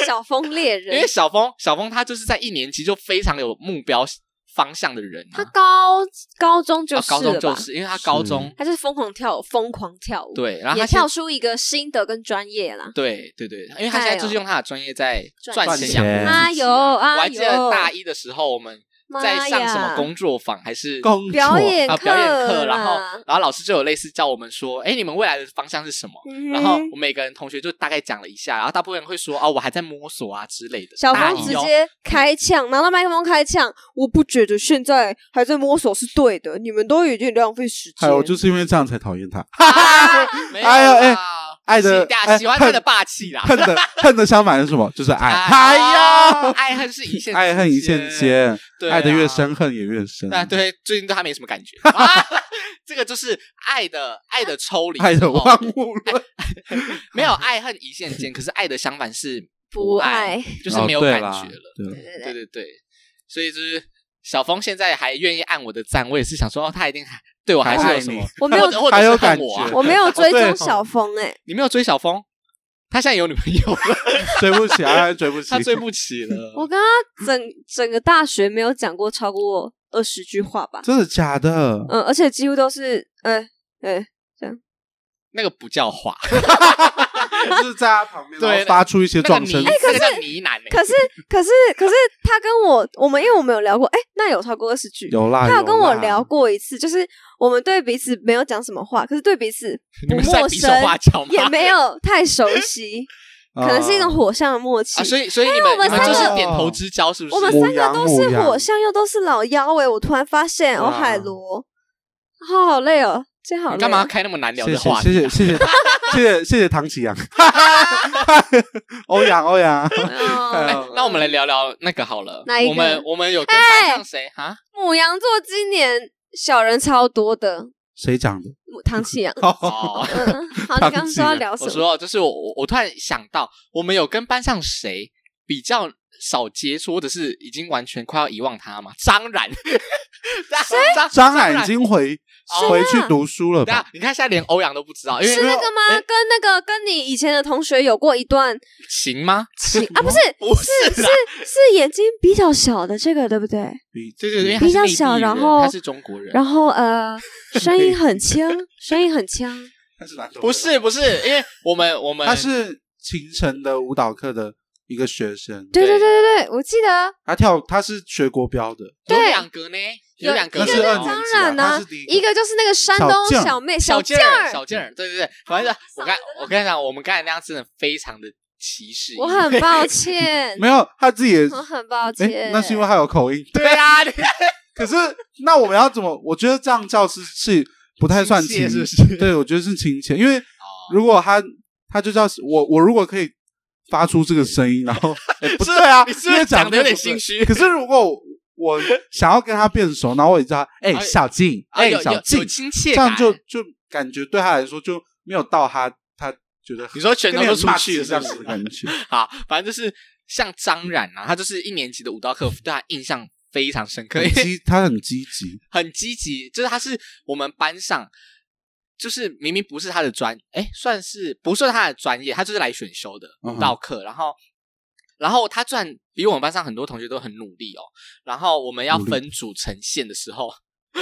Speaker 1: 小风猎
Speaker 3: 因为
Speaker 1: 人，
Speaker 3: 小峰小峰他就是在一年级就非常有目标方向的人、
Speaker 1: 他
Speaker 3: 啊，
Speaker 1: 高高中就
Speaker 3: 啊
Speaker 1: 是
Speaker 3: 高中
Speaker 1: 了
Speaker 3: 就
Speaker 1: 吧
Speaker 3: 是因为他高中
Speaker 1: 他就是疯狂跳舞，疯狂跳舞，，
Speaker 3: 对，然后
Speaker 1: 也
Speaker 3: 他现
Speaker 1: 跳出一个新的跟专业啦。
Speaker 3: 对对对，因为他现在就是用他的专业在
Speaker 1: 赚
Speaker 3: 赚钱养活自己
Speaker 2: 钱
Speaker 1: 哎呦哎呦
Speaker 3: 我还记得大一的时候，我们
Speaker 1: 妈
Speaker 3: 在上什么
Speaker 1: 呀
Speaker 3: 工作坊还是
Speaker 2: 工作
Speaker 1: 表演
Speaker 3: 啊表演课，然后
Speaker 1: 啦
Speaker 3: 然后老师就有类似叫我们说，哎，你们未来的方向是什么？
Speaker 1: 嗯
Speaker 3: 然后我每个人同学就大概讲了一下，然后大部分人会说，哦，我还在摸索啊之类的。
Speaker 1: 小
Speaker 3: 大
Speaker 1: 峰
Speaker 3: 一
Speaker 1: 直
Speaker 3: 哦
Speaker 1: 接开呛，拿到麦克风开呛。我不觉得现在还在摸索是对的，你们都已经浪费时
Speaker 2: 还
Speaker 1: 间。
Speaker 2: 有就是因为这样才讨厌他，
Speaker 3: 啊没有
Speaker 2: 哎呦哎
Speaker 3: 啦
Speaker 2: 爱的
Speaker 3: 喜大
Speaker 2: 哎
Speaker 3: 喜欢他的
Speaker 2: 恨
Speaker 3: 霸气啦，
Speaker 2: 恨 的恨的相反是什么？就是爱。哎
Speaker 3: 哦
Speaker 2: 呀，
Speaker 3: 爱恨是一线，
Speaker 2: 爱恨一线，间，
Speaker 3: 对啊
Speaker 2: 爱的越。深，恨也越深。
Speaker 3: 啊，对，最近对他没什么感觉。啊这个就是爱的爱的抽离之后， 哦
Speaker 2: 爱的万 物论。
Speaker 3: 没有爱恨一线间，可是爱的相反是
Speaker 1: 不
Speaker 3: 爱，
Speaker 1: 爱
Speaker 3: 就是没有
Speaker 2: 哦对
Speaker 3: 感
Speaker 2: 啦
Speaker 3: 觉了。
Speaker 2: 对
Speaker 1: 对对
Speaker 3: 对对对，所以就是小峰现在还愿意按我的赞，我也是想说，哦，他一定还对我还是有什么
Speaker 2: 还爱，
Speaker 1: 我没 有
Speaker 3: 或者或者
Speaker 2: 还
Speaker 3: 是
Speaker 2: 有
Speaker 3: 恨
Speaker 2: 感
Speaker 3: 我啊
Speaker 2: 觉
Speaker 1: 我没有追
Speaker 2: 对
Speaker 1: 踪
Speaker 2: 哦
Speaker 1: 小峰哎、
Speaker 3: 你没有追小峰，他现在有女朋友了，
Speaker 2: 追不起，爱追不 起
Speaker 3: 他。追不起了。
Speaker 1: 我跟他整整个大学没有讲过超过二十句话吧，
Speaker 2: 真的 假的？
Speaker 1: 嗯，而且几乎都是哎哎
Speaker 3: 那个不叫话，
Speaker 2: 就是在他旁边，
Speaker 3: 对
Speaker 2: 然后发出一些
Speaker 3: 那个
Speaker 2: 撞
Speaker 3: 呢
Speaker 2: 声。
Speaker 3: 那个叫呢喃欸。
Speaker 1: 可哎是可是可是他跟我我们因为我们有聊过，哎、那有超过二十句，
Speaker 2: 有
Speaker 3: 啊
Speaker 2: 啦，
Speaker 1: 他有跟我
Speaker 2: 啦
Speaker 1: 聊过一次，就是我们对彼此没有讲什么话，可是对彼此
Speaker 3: 你
Speaker 1: 不
Speaker 3: 们是在
Speaker 1: 陌
Speaker 3: 比手
Speaker 1: 生，
Speaker 3: 画脚吗？
Speaker 1: 也没有太 熟悉，可能是一种火象的默契。
Speaker 3: 啊，所以所以你们
Speaker 1: 我们
Speaker 3: 你们就
Speaker 2: 三
Speaker 3: 是
Speaker 2: 个
Speaker 3: 点头之交，是不是？
Speaker 1: 我们
Speaker 2: 母
Speaker 1: 三个
Speaker 2: 羊
Speaker 1: 都
Speaker 2: 母
Speaker 1: 是
Speaker 2: 羊
Speaker 1: 火象，又都是老妖哎、我突然发现哦，
Speaker 2: 对啊
Speaker 1: 海螺，好好累哦，今天好累、
Speaker 3: 你干嘛要？开那么难聊
Speaker 2: 谢
Speaker 3: 的
Speaker 2: 谢
Speaker 3: 话
Speaker 2: 谢
Speaker 3: 题
Speaker 2: 谢
Speaker 3: 啊？
Speaker 2: 谢谢 谢谢谢谢唐启阳，欧阳欧 阳，
Speaker 1: 哎呦
Speaker 3: 那我们来聊聊那个好了
Speaker 1: 哪一，个哎
Speaker 3: 我们我们有跟班上谁啊？
Speaker 1: 母羊座今年小人超多的，
Speaker 2: 谁讲的？
Speaker 1: 母唐启 阳。
Speaker 3: 哦，
Speaker 1: 嗯， 好，你刚刚说要聊什
Speaker 3: 我
Speaker 1: 么？
Speaker 3: 说就是我我我突然想到，我们有跟班上谁比较少接触，或者是已经完全快要遗忘他吗？张冉，张
Speaker 2: 张冉已经回
Speaker 3: 谁啊
Speaker 2: 回去读书了
Speaker 3: 对啊
Speaker 2: 吧？，
Speaker 3: 你看现在连欧阳都不知道，因为哎
Speaker 1: 是那个吗？跟那个跟你以前的同学有过一段
Speaker 3: 行吗？
Speaker 1: 情 啊？不是，
Speaker 3: 不是
Speaker 1: 是
Speaker 3: 啦，
Speaker 1: 是眼睛比较小的这个，对不对？
Speaker 2: 比
Speaker 3: 对对对，因为
Speaker 1: 比较
Speaker 3: 他是内地
Speaker 1: 小
Speaker 3: 人
Speaker 1: 然后
Speaker 3: 他是中国人，
Speaker 1: 然后呃，声音很轻，声音很轻。
Speaker 2: 他是哪种
Speaker 3: 不是不是，因为我们我们
Speaker 2: 他是秦城的舞蹈课的一个学生，
Speaker 1: 对
Speaker 3: 对
Speaker 1: 对对对对，我记得
Speaker 2: 他跳他是学国标的，
Speaker 3: 有
Speaker 1: 对
Speaker 3: 两个呢，有两个
Speaker 2: 那
Speaker 1: 一
Speaker 2: 是
Speaker 1: 个
Speaker 2: 二
Speaker 3: 哦
Speaker 2: 年
Speaker 1: 张
Speaker 2: 级啊
Speaker 1: 冉
Speaker 2: 他
Speaker 1: 呐
Speaker 2: 是第，
Speaker 1: 一个就是那个山东
Speaker 2: 小将
Speaker 1: 小妹
Speaker 3: 小
Speaker 1: 劲
Speaker 3: 劲
Speaker 1: 儿
Speaker 3: 儿，，小劲儿，对对对，反正我刚我跟你讲，我们刚才那样真的非常的歧视，
Speaker 1: 我很 抱歉，
Speaker 2: 没有他自己也
Speaker 1: 我很抱
Speaker 2: 哎
Speaker 1: 歉，。
Speaker 2: 那是因为他有口音，
Speaker 3: 对啊，你
Speaker 2: 可是那我们要怎么？我觉得这样教师是不太算
Speaker 3: 亲切
Speaker 2: 亲，
Speaker 3: 是不是
Speaker 2: 对，我觉得是亲切，因为
Speaker 3: 哦
Speaker 2: 如果他他就叫我，我如果可以发出这个声音，然后、哎不对啊，
Speaker 3: 你是
Speaker 2: 因
Speaker 3: 不
Speaker 2: 为
Speaker 3: 是讲的有点
Speaker 2: 不对
Speaker 3: 心虚？
Speaker 2: 可是如果我我 想要跟他变熟，然后我也叫他，哎、
Speaker 3: 哎
Speaker 2: 小静，
Speaker 3: 啊
Speaker 2: 哎、
Speaker 3: 有有
Speaker 2: 小静
Speaker 3: 有，亲
Speaker 2: 这
Speaker 3: 切感
Speaker 2: 样就就感觉对他来说就没有到他他觉得
Speaker 3: 你说全
Speaker 2: 跟
Speaker 3: 都
Speaker 2: 你
Speaker 3: 都
Speaker 2: 很
Speaker 3: 出
Speaker 2: match
Speaker 3: 去了，
Speaker 2: 这
Speaker 3: 是
Speaker 2: 样
Speaker 3: 不
Speaker 2: 子的
Speaker 3: 是？
Speaker 2: 感觉。
Speaker 3: 好，反正就是像张冉啊，他就是一年级的舞蹈课，对他印象非常深刻，因
Speaker 2: 很
Speaker 3: 为
Speaker 2: 积，他很积极，
Speaker 3: 很积极，就是他是我们班上。就是明明不是他的专，哎，算是不算他的专业，他就是来选修的
Speaker 2: 嗯哼
Speaker 3: 舞蹈课。然后，然后他虽然比我们班上很多同学都很努力哦，然后我们要
Speaker 2: 努力
Speaker 3: 分组呈现的时候，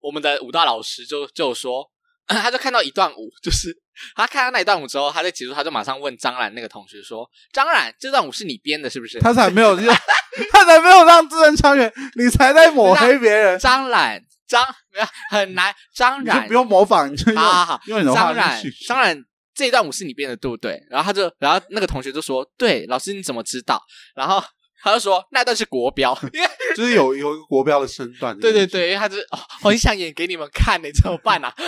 Speaker 3: 我们的舞蹈老师就就有说， 他就看到一段舞，就是 他看到那一段舞之后，他在结束，他就马上问张冉那个同学说：“张冉，这段舞是你编的，是不是？”
Speaker 2: 他才没有 让，他才没有让智能超越，你才在抹黑别人。
Speaker 3: 张冉张没有很难，张
Speaker 2: 你就
Speaker 3: 冉
Speaker 2: 不用模仿，你 就用
Speaker 3: 好好好
Speaker 2: 用你的话
Speaker 3: 张
Speaker 2: 去
Speaker 3: 冉
Speaker 2: 叙述
Speaker 3: 张冉这一段舞是你编的，对不对？然后他就，然后那个同学就说：“对，老师你怎么知道？”然后他就说：“那段是国 标。”因为
Speaker 2: 就是有有一个国标的身段。
Speaker 3: 对对，对，因为他就是、哦、我很想演给你们看呢，怎么办啊？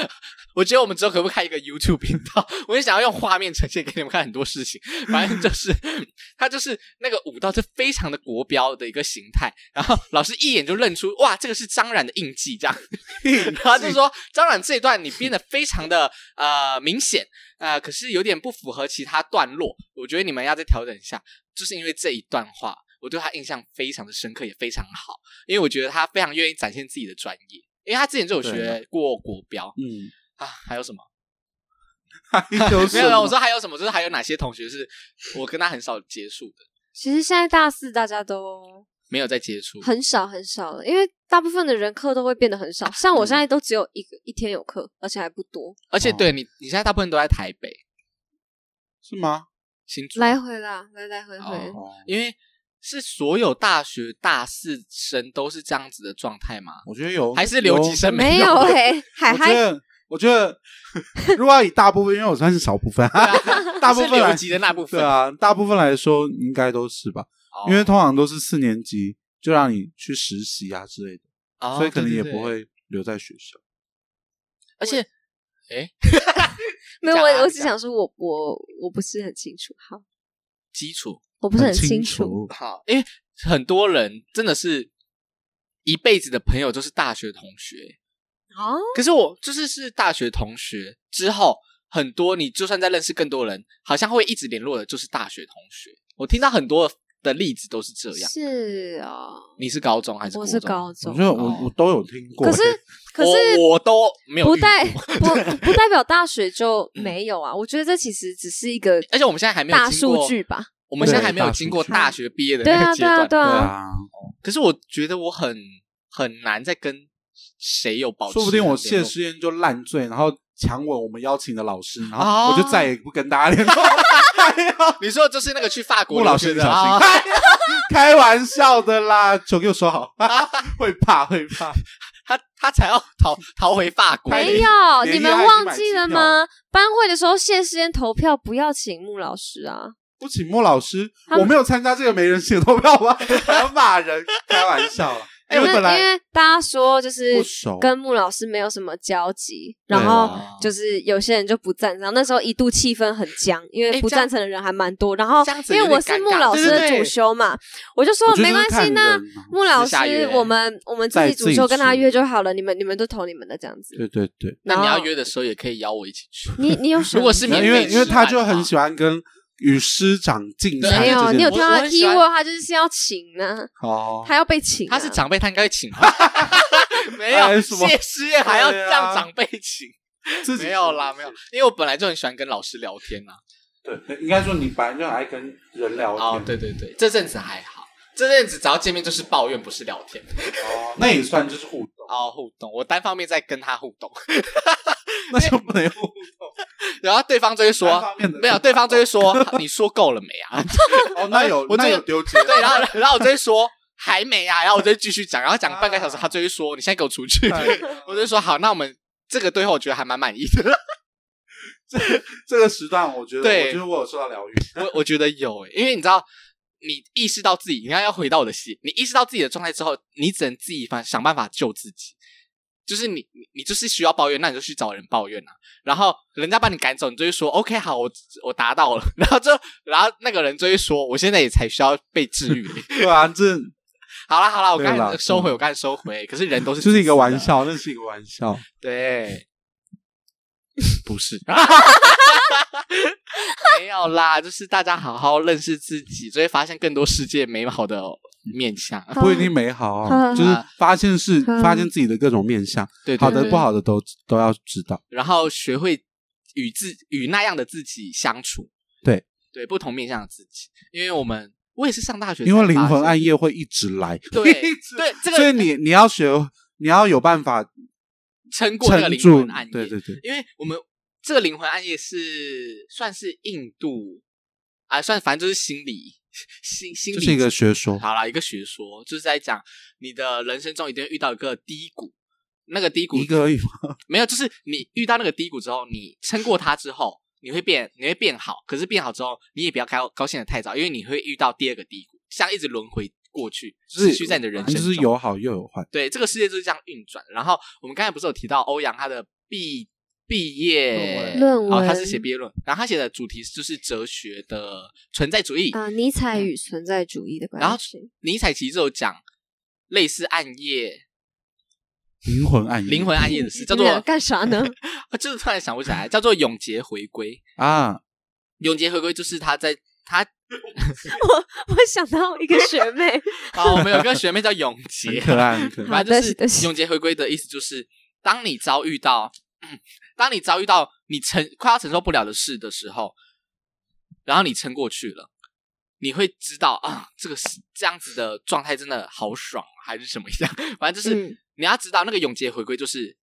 Speaker 3: 我觉得我们之后可不可以开一个 YouTube 频道？ 我也想要用画面呈现给你们看很多事情。反正就是他就是那个舞蹈是非常的国标的一个形态，然后老师一眼就认出哇，这个是张冉的印记，这样
Speaker 2: 屁，
Speaker 3: 他就说：“张冉这一段你编的非常的呃明显，呃，可是有点不符合其他段落，我觉得你们要再调整一下。”就是因为这一段话，我对他印象非常的深刻，也非常好，因为我觉得他非常愿意展现自己的专业，因为他之前就有学过国标
Speaker 2: 嗯，
Speaker 3: 啊，还有什么？
Speaker 2: 还有
Speaker 3: 没
Speaker 2: 什
Speaker 3: 有，没有，
Speaker 2: 么
Speaker 3: 我说还有什么？就是还有哪些同学是我跟他很少接触的，
Speaker 1: 其实现在大四大家都
Speaker 3: 没有在接触。
Speaker 1: 很少很少了，因为大部分的人课都会变得很少。像我现在都只有一个一天有课，而且还不多，
Speaker 3: 而且对你，你现在大部分都在台北、
Speaker 2: 是吗？
Speaker 3: 新竹，
Speaker 1: 来回啦，来来回回。
Speaker 3: 哦因为是所有大学大四生都是这样子的状态吗？
Speaker 2: 我觉得有，
Speaker 3: 还是留级
Speaker 2: 有
Speaker 3: 生
Speaker 1: 没
Speaker 3: 有
Speaker 1: 有？哎、海
Speaker 2: 我觉
Speaker 1: 嗨，
Speaker 2: 得，我觉 得，如果要以大部分，因为我算是少部分，啊 大部
Speaker 3: 啊是
Speaker 2: 分
Speaker 3: 留
Speaker 2: 来
Speaker 3: 级的那部分
Speaker 2: 对啊，大部分来说应该都是吧，
Speaker 3: 哦
Speaker 2: 因为通常都是四年级就让你去实习啊之类的，
Speaker 3: 哦
Speaker 2: 所以可能
Speaker 3: 对
Speaker 2: 也
Speaker 3: 对
Speaker 2: 不
Speaker 3: 对
Speaker 2: 会留在学校。
Speaker 3: 而且， 哎，
Speaker 1: 没有
Speaker 3: 讲啊
Speaker 1: 我，我只
Speaker 3: 讲
Speaker 1: 想说我，我我不是很清楚，好，
Speaker 3: 基础
Speaker 1: 我不是
Speaker 2: 很
Speaker 1: 清楚。
Speaker 2: 楚，
Speaker 3: 好，因为很多人真的是一辈子的朋友都是大学同学，
Speaker 1: 哦，
Speaker 3: 可是我就是是大学同学之后，很多你就算再认识更多人，好像会一直联络的就是大学同学。我听到很多的例子都是这样。
Speaker 1: 是哦，
Speaker 3: 你是高中还是
Speaker 1: 我
Speaker 3: 国
Speaker 1: 是
Speaker 3: 中啊
Speaker 1: 高
Speaker 2: 我
Speaker 1: 中
Speaker 2: 觉，得我我都有听过。
Speaker 1: 哦可是可是
Speaker 3: 我我都没有
Speaker 1: 不
Speaker 3: 遇
Speaker 1: 代
Speaker 3: 过
Speaker 1: 不不代表大学就没有啊。我觉得这其实只是一个
Speaker 3: 而且我们现在还没有
Speaker 1: 大
Speaker 3: 经过
Speaker 1: 数据吧，
Speaker 3: 我们现在
Speaker 2: 对
Speaker 3: 还没有
Speaker 2: 大
Speaker 3: 经
Speaker 2: 数
Speaker 3: 过
Speaker 2: 据
Speaker 3: 大学毕业的
Speaker 1: 对
Speaker 3: 那
Speaker 1: 啊
Speaker 3: 个阶
Speaker 1: 对啊
Speaker 3: 段，
Speaker 1: 对
Speaker 2: 对
Speaker 1: 啊，
Speaker 2: 啊，
Speaker 3: 可是我觉得我很很难再跟谁有保持
Speaker 2: 啊说
Speaker 3: 联络，
Speaker 2: 不定我谢师宴就烂醉，然后强吻我们邀请的老师，然
Speaker 3: 哦
Speaker 2: 后我就再也不跟大家联络。
Speaker 3: 你说的就是那个去法国
Speaker 2: 顾老师，你
Speaker 3: 的
Speaker 2: 小心
Speaker 3: 啊，！
Speaker 2: 开玩笑的啦，球给我收好， 会怕会怕。
Speaker 3: 他他才要逃逃回法国，
Speaker 2: 拍
Speaker 1: 没
Speaker 2: 脸
Speaker 1: 有，
Speaker 2: 脸
Speaker 1: 你
Speaker 2: 一
Speaker 1: 们
Speaker 2: 按就
Speaker 1: 忘
Speaker 2: 买
Speaker 1: 记
Speaker 2: 机
Speaker 1: 了
Speaker 2: 票
Speaker 1: 吗？班会的时候限时间投票，不要请穆老师啊！
Speaker 2: 不请莫老师
Speaker 1: 他，们
Speaker 2: 我没有参加这个没人写投票吧？还要骂人，开玩笑啦。
Speaker 1: 因
Speaker 2: 因
Speaker 1: 为
Speaker 2: 为
Speaker 1: 因
Speaker 2: 哎本来
Speaker 1: 为大家说就是
Speaker 2: 不熟
Speaker 1: 跟穆老师没有什么交集，
Speaker 2: 对
Speaker 1: 然后
Speaker 3: 啊
Speaker 1: 就是有些人就不赞成，然后那时候一度气氛很僵，因
Speaker 3: 哎
Speaker 1: 为不
Speaker 3: 这样
Speaker 1: 赞成的人还蛮多。然后
Speaker 3: 这样子
Speaker 1: 因为
Speaker 3: 有点
Speaker 1: 我是
Speaker 3: 尴
Speaker 1: 穆
Speaker 3: 尬
Speaker 1: 老
Speaker 3: 对
Speaker 1: 师
Speaker 3: 对
Speaker 1: 的主
Speaker 3: 对
Speaker 1: 修嘛，我就说
Speaker 2: 我觉得
Speaker 1: 没
Speaker 2: 就是
Speaker 1: 关系，
Speaker 2: 看
Speaker 1: 那
Speaker 2: 人啊
Speaker 1: 穆老
Speaker 3: 私下
Speaker 1: 师
Speaker 3: 约
Speaker 1: 我们我们自
Speaker 2: 在
Speaker 1: 己
Speaker 2: 自
Speaker 1: 主
Speaker 2: 己
Speaker 1: 修跟他
Speaker 2: 去
Speaker 1: 约就好了，你们你们都投你们的这样子。
Speaker 2: 对对对，
Speaker 3: 那你
Speaker 1: 然
Speaker 3: 要
Speaker 1: 后
Speaker 3: 约的时候也可以邀我一起去。
Speaker 1: 你 你有什
Speaker 3: 如果
Speaker 1: 么
Speaker 3: 是免
Speaker 2: 因
Speaker 3: 费
Speaker 2: 为因为
Speaker 3: 吃
Speaker 2: 他
Speaker 3: 饭
Speaker 2: 就
Speaker 3: 嘛
Speaker 2: 很喜欢跟与师长竞
Speaker 3: 对
Speaker 2: 赛
Speaker 1: 没
Speaker 2: 这件事
Speaker 1: 有，
Speaker 2: 情，
Speaker 1: 你有
Speaker 3: 我
Speaker 1: 听到
Speaker 3: 我
Speaker 1: 他
Speaker 3: 很喜欢
Speaker 1: keyword，他就是先要请呢，
Speaker 2: 哦，
Speaker 1: 他要被请啊。
Speaker 3: 他是长辈，他应该会请 吧。没有
Speaker 2: 哎什么
Speaker 3: 谢师宴还要
Speaker 2: 对啊
Speaker 3: 让长辈请，
Speaker 2: 自己
Speaker 3: 没有啦，没有，因为我本来就很喜欢跟老师聊天啊呐。
Speaker 2: 对，应该说你本来就很爱跟人聊
Speaker 3: 哦，对对对，这阵子还好，这阵子只要见面就是抱怨，不是聊天。
Speaker 2: 哦，那也算就是互 动，
Speaker 3: 哦，互动，我单方面在跟他互动，
Speaker 2: 那就不 能互动。
Speaker 3: 然后对方就会
Speaker 2: 单
Speaker 3: 说
Speaker 2: 方面的
Speaker 3: 没有，对方就会说 你说够了没啊？
Speaker 2: 哦，那有
Speaker 3: 我这
Speaker 2: 那
Speaker 3: 个
Speaker 2: 有 丢接，
Speaker 3: 对，然后然后我就会说还没啊，然后我就会继续讲，然后讲半个小时，他就会说你现在给我出去，我就会说好，那我们这个对话我觉得还蛮满意的，
Speaker 2: 这个时段我觉得，
Speaker 3: 对
Speaker 2: 我觉得我有受 到疗愈。
Speaker 3: 我我觉得有欸诶、因为你知道。你意识到自己，你看要回到我的戏，你意识到自己的状态之后，你只能自己反想办法救自己。就是你，你你就是需要抱怨，那你就去找人抱怨啊。然后人家把你赶走，你就会说 OK，好，我我达到了。 然后就，然后那个人就会说，我现在也才需要被治愈。
Speaker 2: 对啊，这
Speaker 3: 好啦好啦，我
Speaker 2: 对
Speaker 3: 刚才
Speaker 2: 啦
Speaker 3: 收回，
Speaker 2: 嗯
Speaker 3: 我刚才收回。可是人都是
Speaker 2: 就是一
Speaker 3: 自私的啊
Speaker 2: 个玩，笑，那是一个玩笑。
Speaker 3: 对，不是，没有啦，就是大家好好认识自己，就会发现更多世界美好的面相。
Speaker 1: 好
Speaker 2: 不一定美好啊，
Speaker 1: 好
Speaker 2: 就是发现是
Speaker 1: 好
Speaker 2: 发现自己的各种面相，
Speaker 3: 嗯对，对
Speaker 2: 好的
Speaker 3: 对
Speaker 2: 不好的都都要知道。
Speaker 3: 然后学会与自与那样的自己相处。
Speaker 2: 对
Speaker 3: 对，不同面向的自己，因为我们我也是上大学才发现，
Speaker 2: 因为灵魂暗夜会一直来，
Speaker 3: 对
Speaker 2: 一直
Speaker 3: 对这
Speaker 2: 所
Speaker 3: 个
Speaker 2: 以你你要学，你要有办法
Speaker 3: 撑过那个
Speaker 2: 撑
Speaker 3: 灵
Speaker 2: 住
Speaker 3: 魂暗。夜，
Speaker 2: 对对对，
Speaker 3: 因为我们这个灵魂暗夜是算是印度啊，算反正就是心理心心理
Speaker 2: 这是一个学说。
Speaker 3: 好啦，一个学说，就是在讲你的人生中一定会遇到一个低谷，那个低谷
Speaker 2: 一个而已嘛，
Speaker 3: 没有，就是你遇到那个低谷之后，你撑过它之后，你会变，你会变好。可是变好之后，你也不要高高兴的太早，因为你会遇到第二个低谷，像一直轮回过去，
Speaker 2: 就是
Speaker 3: 持续在你的人生
Speaker 2: 就是
Speaker 3: 中
Speaker 2: 有好又有坏。
Speaker 3: 对，这个世界就是这样运转。然后我们刚才不是有提到欧阳他的毕毕业
Speaker 1: 论文
Speaker 3: 哦，他是写毕业论，然后他写的主题就是哲学的存在主义。
Speaker 1: 啊，尼采与存在主义的
Speaker 3: 然后
Speaker 1: 关系。
Speaker 3: 尼采其实有讲类似暗夜，
Speaker 2: 灵魂暗夜，
Speaker 3: 灵魂暗夜的事，叫
Speaker 1: 你们
Speaker 3: 做
Speaker 1: 俩干啥呢？
Speaker 3: 啊就是突然想不起来，叫做永劫回归。
Speaker 2: 啊，
Speaker 3: 永劫回归就是他在他
Speaker 1: 我想到一个学妹，
Speaker 3: 啊，我们有个学妹叫永
Speaker 2: 很
Speaker 3: 劫，
Speaker 2: 可爱，很可爱。
Speaker 1: 好
Speaker 3: 反正就
Speaker 1: 对不
Speaker 3: 是
Speaker 1: 起
Speaker 3: 永劫回归的意思就是，当你遭遇到， 当你遭遇到你承快要承受不了的事的时候，然后你撑过去了，你会知道啊，这个是这样子的状态真的好爽，啊还是什么样？反正就是、
Speaker 1: 嗯
Speaker 3: 你要知道，那个永劫回归就是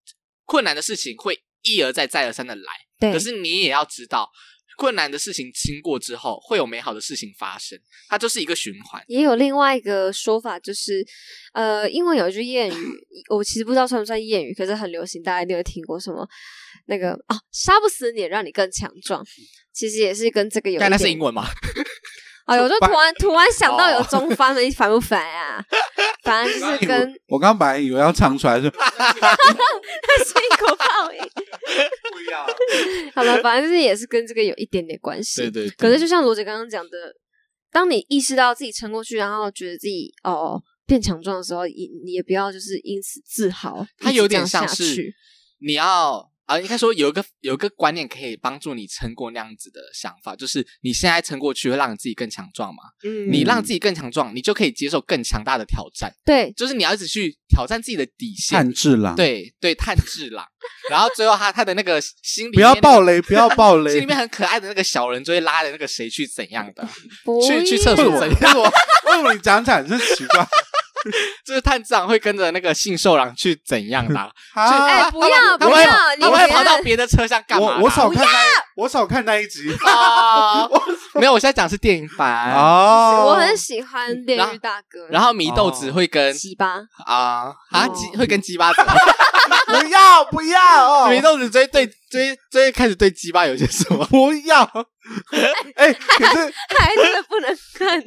Speaker 3: 困难的事情会一而再再而三的来，
Speaker 1: 对
Speaker 3: 可是你也要知道。困难的事情经过之后，会有美好的事情发生，它就是一个循环。
Speaker 1: 也有另外一个说法，就是，呃，英文有一句谚语，我其实不知道算不算谚语，可是很流行，大家一定会听过什么那个哦，杀不死你，让你更强壮。其实也是跟这个有一
Speaker 3: 嗯但那是
Speaker 1: 点
Speaker 3: 英。文吗？
Speaker 1: 哎呦，我就突然突然想到有
Speaker 3: 哦
Speaker 1: 中翻的，你烦不烦啊？反正就是跟
Speaker 2: 我刚本来以为要唱出来，就
Speaker 1: 是一口泡影。
Speaker 2: 不一样。
Speaker 1: 好了，反正就是也是跟这个有一点点关系。
Speaker 3: 对
Speaker 1: 可是就像罗姐刚刚讲的，当你意识到自己撑过去，然后觉得自己哦变强壮的时候，你你也不要就是因此自豪。
Speaker 3: 它
Speaker 1: 一直
Speaker 3: 有
Speaker 1: 这样
Speaker 3: 点像
Speaker 1: 下
Speaker 3: 是
Speaker 1: 去
Speaker 3: 你要啊，应该说有一个有一个观念可以帮助你撑过那样子的想法，就是你现在撑过去会让你自己更强壮嘛。
Speaker 1: 嗯，
Speaker 3: 你让自己更强壮，你就可以接受更强大的挑战，
Speaker 1: 对
Speaker 3: 就是你要一直去挑战自己的底线
Speaker 2: 炭。治郎，，
Speaker 3: 对对，炭治郎，然后最后他他的那个心里
Speaker 2: 不要
Speaker 3: 面那
Speaker 2: 暴
Speaker 3: 个
Speaker 2: 雷，不要暴
Speaker 3: 心里
Speaker 2: 雷。
Speaker 3: 面很可爱的那个小人就会拉着那个谁去怎样 的，
Speaker 1: 不
Speaker 3: 去去厕
Speaker 2: 为
Speaker 3: 所
Speaker 2: 什么？
Speaker 3: 怎
Speaker 2: 为
Speaker 3: 样
Speaker 2: 什，么？为什么你讲起来真奇怪？
Speaker 3: 就是炭治郎会跟着那个信受郎去怎样的啊， 所以
Speaker 2: 啊！
Speaker 1: 哎，不要
Speaker 3: 他
Speaker 1: 不
Speaker 3: 会
Speaker 1: 要，你
Speaker 3: 他会
Speaker 1: 别
Speaker 3: 跑到别的车厢干嘛啦？
Speaker 2: 我我少看那一我少看那一 集
Speaker 3: 啊，没有，我现在讲的是电影版。
Speaker 2: 哦
Speaker 1: 我很喜 欢
Speaker 3: 然
Speaker 1: 炼
Speaker 3: 后
Speaker 1: 狱大哥，
Speaker 3: 然后祢豆子会跟
Speaker 1: 鸡巴
Speaker 3: 啊啊
Speaker 1: 哦
Speaker 3: 鸡会跟鸡巴怎么？
Speaker 2: 不要不要 哦
Speaker 3: 祢豆子最对最最开始对鸡巴有些什 么？
Speaker 2: 不 要！哎，可是
Speaker 1: 孩子不能看，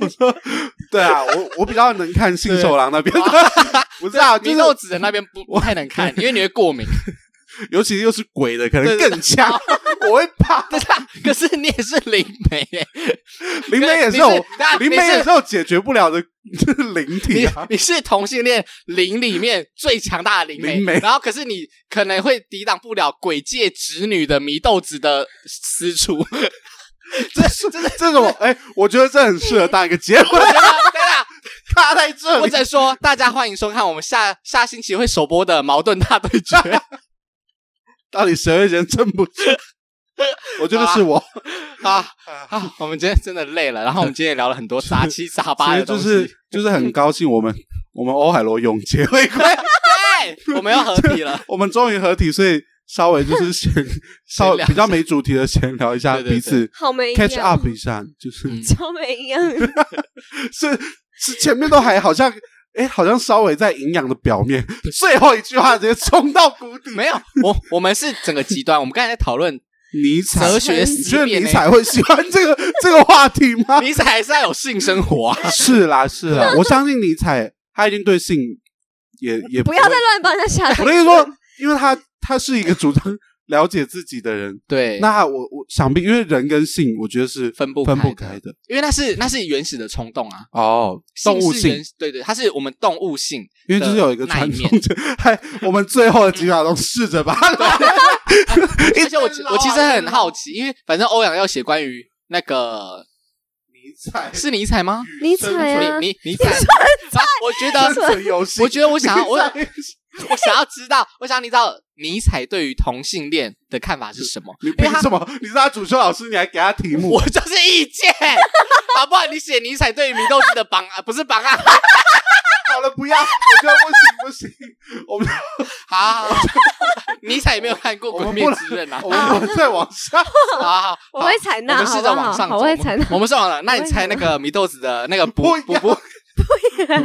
Speaker 2: 对啊，我我比较能看信手郎那边的，
Speaker 3: 哦
Speaker 2: 不是啊，就
Speaker 3: 祢豆
Speaker 2: 是
Speaker 3: 子的那边不不太能看，因为你会过 敏。
Speaker 2: 尤其又是鬼的，可能
Speaker 3: 对对哦
Speaker 2: 更强，我会怕。
Speaker 3: 对啊，可是你也是灵媒 耶，
Speaker 2: 灵媒也是
Speaker 3: 你
Speaker 2: 有
Speaker 3: 是对啊，
Speaker 2: 灵媒
Speaker 3: 你是
Speaker 2: 也是有解决不了的 灵体
Speaker 3: 你
Speaker 2: 啊。
Speaker 3: 你是同性恋灵里面最强大的灵媒，
Speaker 2: 灵媒
Speaker 3: 然后可是你可能会抵挡不了鬼界直女的祢豆子的私处。
Speaker 2: 这是这种，哎，我觉得这很适合当一个结
Speaker 3: 对
Speaker 2: 婚，
Speaker 3: 啊对啊，
Speaker 2: 卡在这
Speaker 3: 或
Speaker 2: 里。
Speaker 3: 者说，大家欢迎收看我们下下星期会首播的《矛盾大对 决》
Speaker 2: 到底谁会先撑不住？我觉得是我，
Speaker 3: 啊啊！我们今天真的累了，然后我们今天也聊了很多杂七杂八的
Speaker 2: 其实
Speaker 3: 东
Speaker 2: 就
Speaker 3: 西，
Speaker 2: 是就是很高兴我们我们欧海螺永结回 归，
Speaker 3: 哎对，我们要合体了。
Speaker 2: 我们终于合体，所以稍微就是 闲稍
Speaker 3: 闲
Speaker 2: 微
Speaker 3: 聊
Speaker 2: 比较没主题的闲聊一下
Speaker 3: 对对对
Speaker 2: 彼此
Speaker 1: 好没营养
Speaker 2: ，catch up 一下，就是
Speaker 3: 嗯
Speaker 1: 超没 营养。
Speaker 2: 是是前面都还好像。哎，好像稍微在营养的表面，最后一句话直接冲到谷底。
Speaker 3: 没有，我我们是整个极端。我们刚才在讨论
Speaker 2: 尼采，
Speaker 3: 哲学
Speaker 2: 你觉
Speaker 3: 思
Speaker 2: 得
Speaker 3: 辨
Speaker 2: 尼
Speaker 3: 呢，
Speaker 2: 采会喜欢这个 这个话题 吗？
Speaker 3: 尼采还是要有性生活啊。
Speaker 2: 是啦，是啦， 我相信尼采，他一定对性也也
Speaker 1: 不要再
Speaker 2: 会
Speaker 1: 乱帮人家下
Speaker 2: 我跟你说，因为他他是一个主张了解自己的人，
Speaker 3: 对，
Speaker 2: 那我我想必因为人跟性，我觉得是
Speaker 3: 分不
Speaker 2: 分不
Speaker 3: 开
Speaker 2: 开的
Speaker 3: 因为那是那是原始的冲动啊，
Speaker 2: 哦。动物
Speaker 3: 是
Speaker 2: 性
Speaker 3: 原，始，对对，它是我们动物 性，
Speaker 2: 因为就是有一个传
Speaker 3: 那一
Speaker 2: 统，还我们最后的几秒钟试着把它 拉回来。
Speaker 3: 而且我其
Speaker 2: 一直捞
Speaker 3: 我其实很好奇，因为反正欧阳要写关于那个
Speaker 2: 尼采
Speaker 3: 是尼采吗？
Speaker 1: 尼采啊，
Speaker 3: 你你你采，啊我觉得
Speaker 2: 生存游戏，
Speaker 3: 我觉得我想要我
Speaker 2: 尼 采
Speaker 3: 我想要知道，我想你知道尼采对于同性恋的看法是什么？
Speaker 2: 你
Speaker 3: 因为
Speaker 2: 凭
Speaker 3: 他
Speaker 2: 什么？你是他主修老师，你还给他题目
Speaker 3: 我？就是意见，好不好？你写尼采对于米豆子的榜啊，不是榜啊，
Speaker 2: 好了，不要，我觉得不行不行，我们
Speaker 3: 好好，好尼采没有看过《鬼灭之刃》啊，
Speaker 2: 我们我们再往下。
Speaker 3: 好好好，
Speaker 1: 我会采
Speaker 3: 我
Speaker 1: 纳，
Speaker 3: 们
Speaker 1: 好
Speaker 3: 试
Speaker 1: 不
Speaker 3: 着往
Speaker 1: 好？
Speaker 3: 上走，
Speaker 1: 好，我会采纳。
Speaker 3: 我们上往了，那你猜那个米豆子的那个补
Speaker 2: 不一
Speaker 3: 补
Speaker 2: 样
Speaker 3: 补
Speaker 2: 不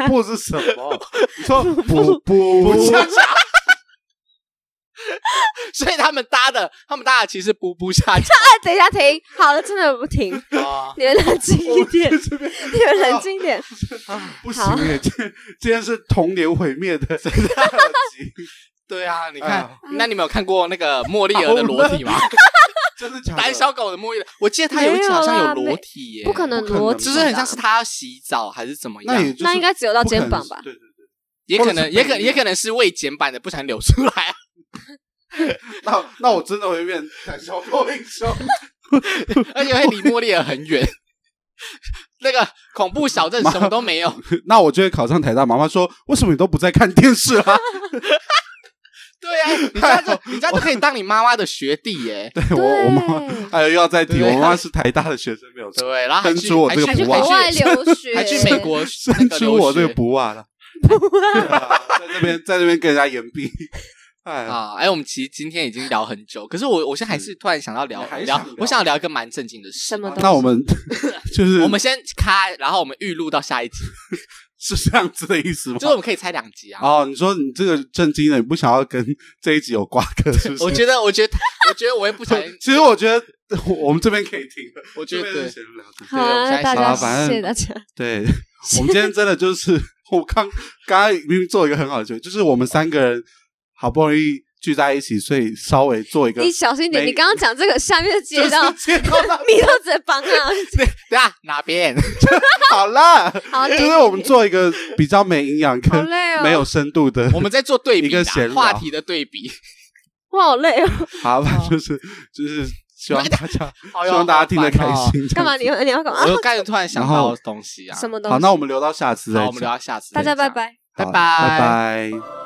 Speaker 2: 不是什么？你说不不
Speaker 3: 不
Speaker 2: 不
Speaker 3: 下架。所以他们搭的，他们搭的其实不不下架
Speaker 1: 哎， 等一下停，好了，真的不停，
Speaker 3: 啊。
Speaker 1: 你们冷静一点， 你们冷静一点。
Speaker 2: 不行耶！今天今天是童年毁灭 的第二集，
Speaker 3: 对啊，你
Speaker 2: 哎呀
Speaker 3: 看， 那你们有看过那个莫莉儿的裸体 吗？
Speaker 2: 真的假的？
Speaker 3: 胆小狗的莫莉儿，我记得他有一集好像有裸体耶，
Speaker 1: 啊不可能
Speaker 2: 不可能
Speaker 1: 裸
Speaker 2: 吧
Speaker 1: 体
Speaker 3: 就
Speaker 1: 吧，
Speaker 3: 是很像是他要洗澡还是怎么
Speaker 2: 那也
Speaker 3: 样
Speaker 2: 就，是
Speaker 1: 那应该只有到
Speaker 2: 不可能
Speaker 1: 肩膀吧？
Speaker 2: 对对对，
Speaker 3: 也
Speaker 2: 或者
Speaker 3: 可能
Speaker 2: 是
Speaker 3: 也可
Speaker 2: 被
Speaker 3: 也可能是未剪版的，不想流出来啊。
Speaker 2: 那那我真的会变胆小破英雄。
Speaker 3: 而且会离莫莉尔很远。 那个恐怖小镇什么都没有，
Speaker 2: 那我就会考上台大。妈妈说：“为什么你都不在看电视 啊。
Speaker 3: 对啊，你这样就你这样就可以当你妈妈的学弟耶？”
Speaker 2: 对我我妈妈，
Speaker 1: 对
Speaker 2: 还有又要再提，
Speaker 3: 对
Speaker 2: 我妈妈是台大的学生，没有 错，
Speaker 3: 对，然后还去
Speaker 2: 伸出我
Speaker 3: 还
Speaker 2: 这个
Speaker 1: 还去
Speaker 3: 去
Speaker 2: 不袜
Speaker 1: 国外
Speaker 3: 还去
Speaker 1: 留学，
Speaker 3: 还去美国那
Speaker 2: 伸
Speaker 3: 个
Speaker 2: 出
Speaker 3: 留
Speaker 2: 我这
Speaker 3: 学
Speaker 2: 个不袜了， 对啊在这边在这边跟人家言毕。哎呀，
Speaker 3: 啊！哎，我们其实今天已经聊很久，可是我我现在还是突然想到聊
Speaker 2: 你还
Speaker 3: 聊
Speaker 2: 想聊，
Speaker 3: 我想要聊一个蛮正经的事
Speaker 1: 什。么东西？
Speaker 2: 那我们 就是
Speaker 3: 我们先开，然后我们预录到下一集，
Speaker 2: 是这样子的意思吗
Speaker 3: 就？是我们可以拆两集啊。
Speaker 2: 哦，你说你这个震惊的，你不想要跟 这一集有瓜葛，是不是？
Speaker 3: 我觉得，我觉得， 我觉得我也 不想，
Speaker 2: 其实我觉得我我们这边可以停了，
Speaker 3: 我觉得
Speaker 2: 这边
Speaker 3: 对
Speaker 2: 是闲聊的。
Speaker 1: 好
Speaker 3: 对我
Speaker 1: 啊，
Speaker 3: 们
Speaker 1: 那
Speaker 3: 下一
Speaker 1: 大
Speaker 3: 集
Speaker 1: 家
Speaker 2: 好反
Speaker 1: 谢谢
Speaker 2: 正
Speaker 1: 大家。
Speaker 2: 对，我们今天真的就是我刚刚刚明明做一个很好的决定，就是我们三个人好不容易聚在一起，所以稍微做一个
Speaker 1: 你小心一点，
Speaker 2: 没
Speaker 1: 你刚刚讲这个下面的街道，
Speaker 2: 就是接到那
Speaker 1: 你都在帮啊。
Speaker 3: 对啊，哪 边？
Speaker 2: 好啦，
Speaker 1: 好，
Speaker 2: 就
Speaker 1: 给
Speaker 2: 是
Speaker 1: 你
Speaker 2: 我们做一个比较没营养
Speaker 1: 好
Speaker 2: 跟
Speaker 1: 累哦，
Speaker 2: 没有深度的，
Speaker 3: 我们在做对比
Speaker 2: 一个
Speaker 3: 啦
Speaker 2: 闲聊
Speaker 3: 话题的对比。
Speaker 1: 我好累哦。
Speaker 2: 好吧，就是就是希望大家
Speaker 3: 好
Speaker 2: 希
Speaker 3: 哟
Speaker 2: 望大家听得
Speaker 3: 好
Speaker 2: 开
Speaker 3: 烦哦
Speaker 2: 心。这样
Speaker 1: 干嘛？
Speaker 2: 子
Speaker 1: 你要你要干嘛？
Speaker 3: 我刚才突然想
Speaker 2: 然
Speaker 3: 到
Speaker 2: 后
Speaker 3: 东西啊，
Speaker 1: 什么东西？
Speaker 2: 好，那我们留到下次再
Speaker 3: 好，
Speaker 2: 讲，
Speaker 3: 我们聊到下次，
Speaker 1: 大家拜，拜。
Speaker 2: 好，
Speaker 3: 拜
Speaker 2: 拜拜。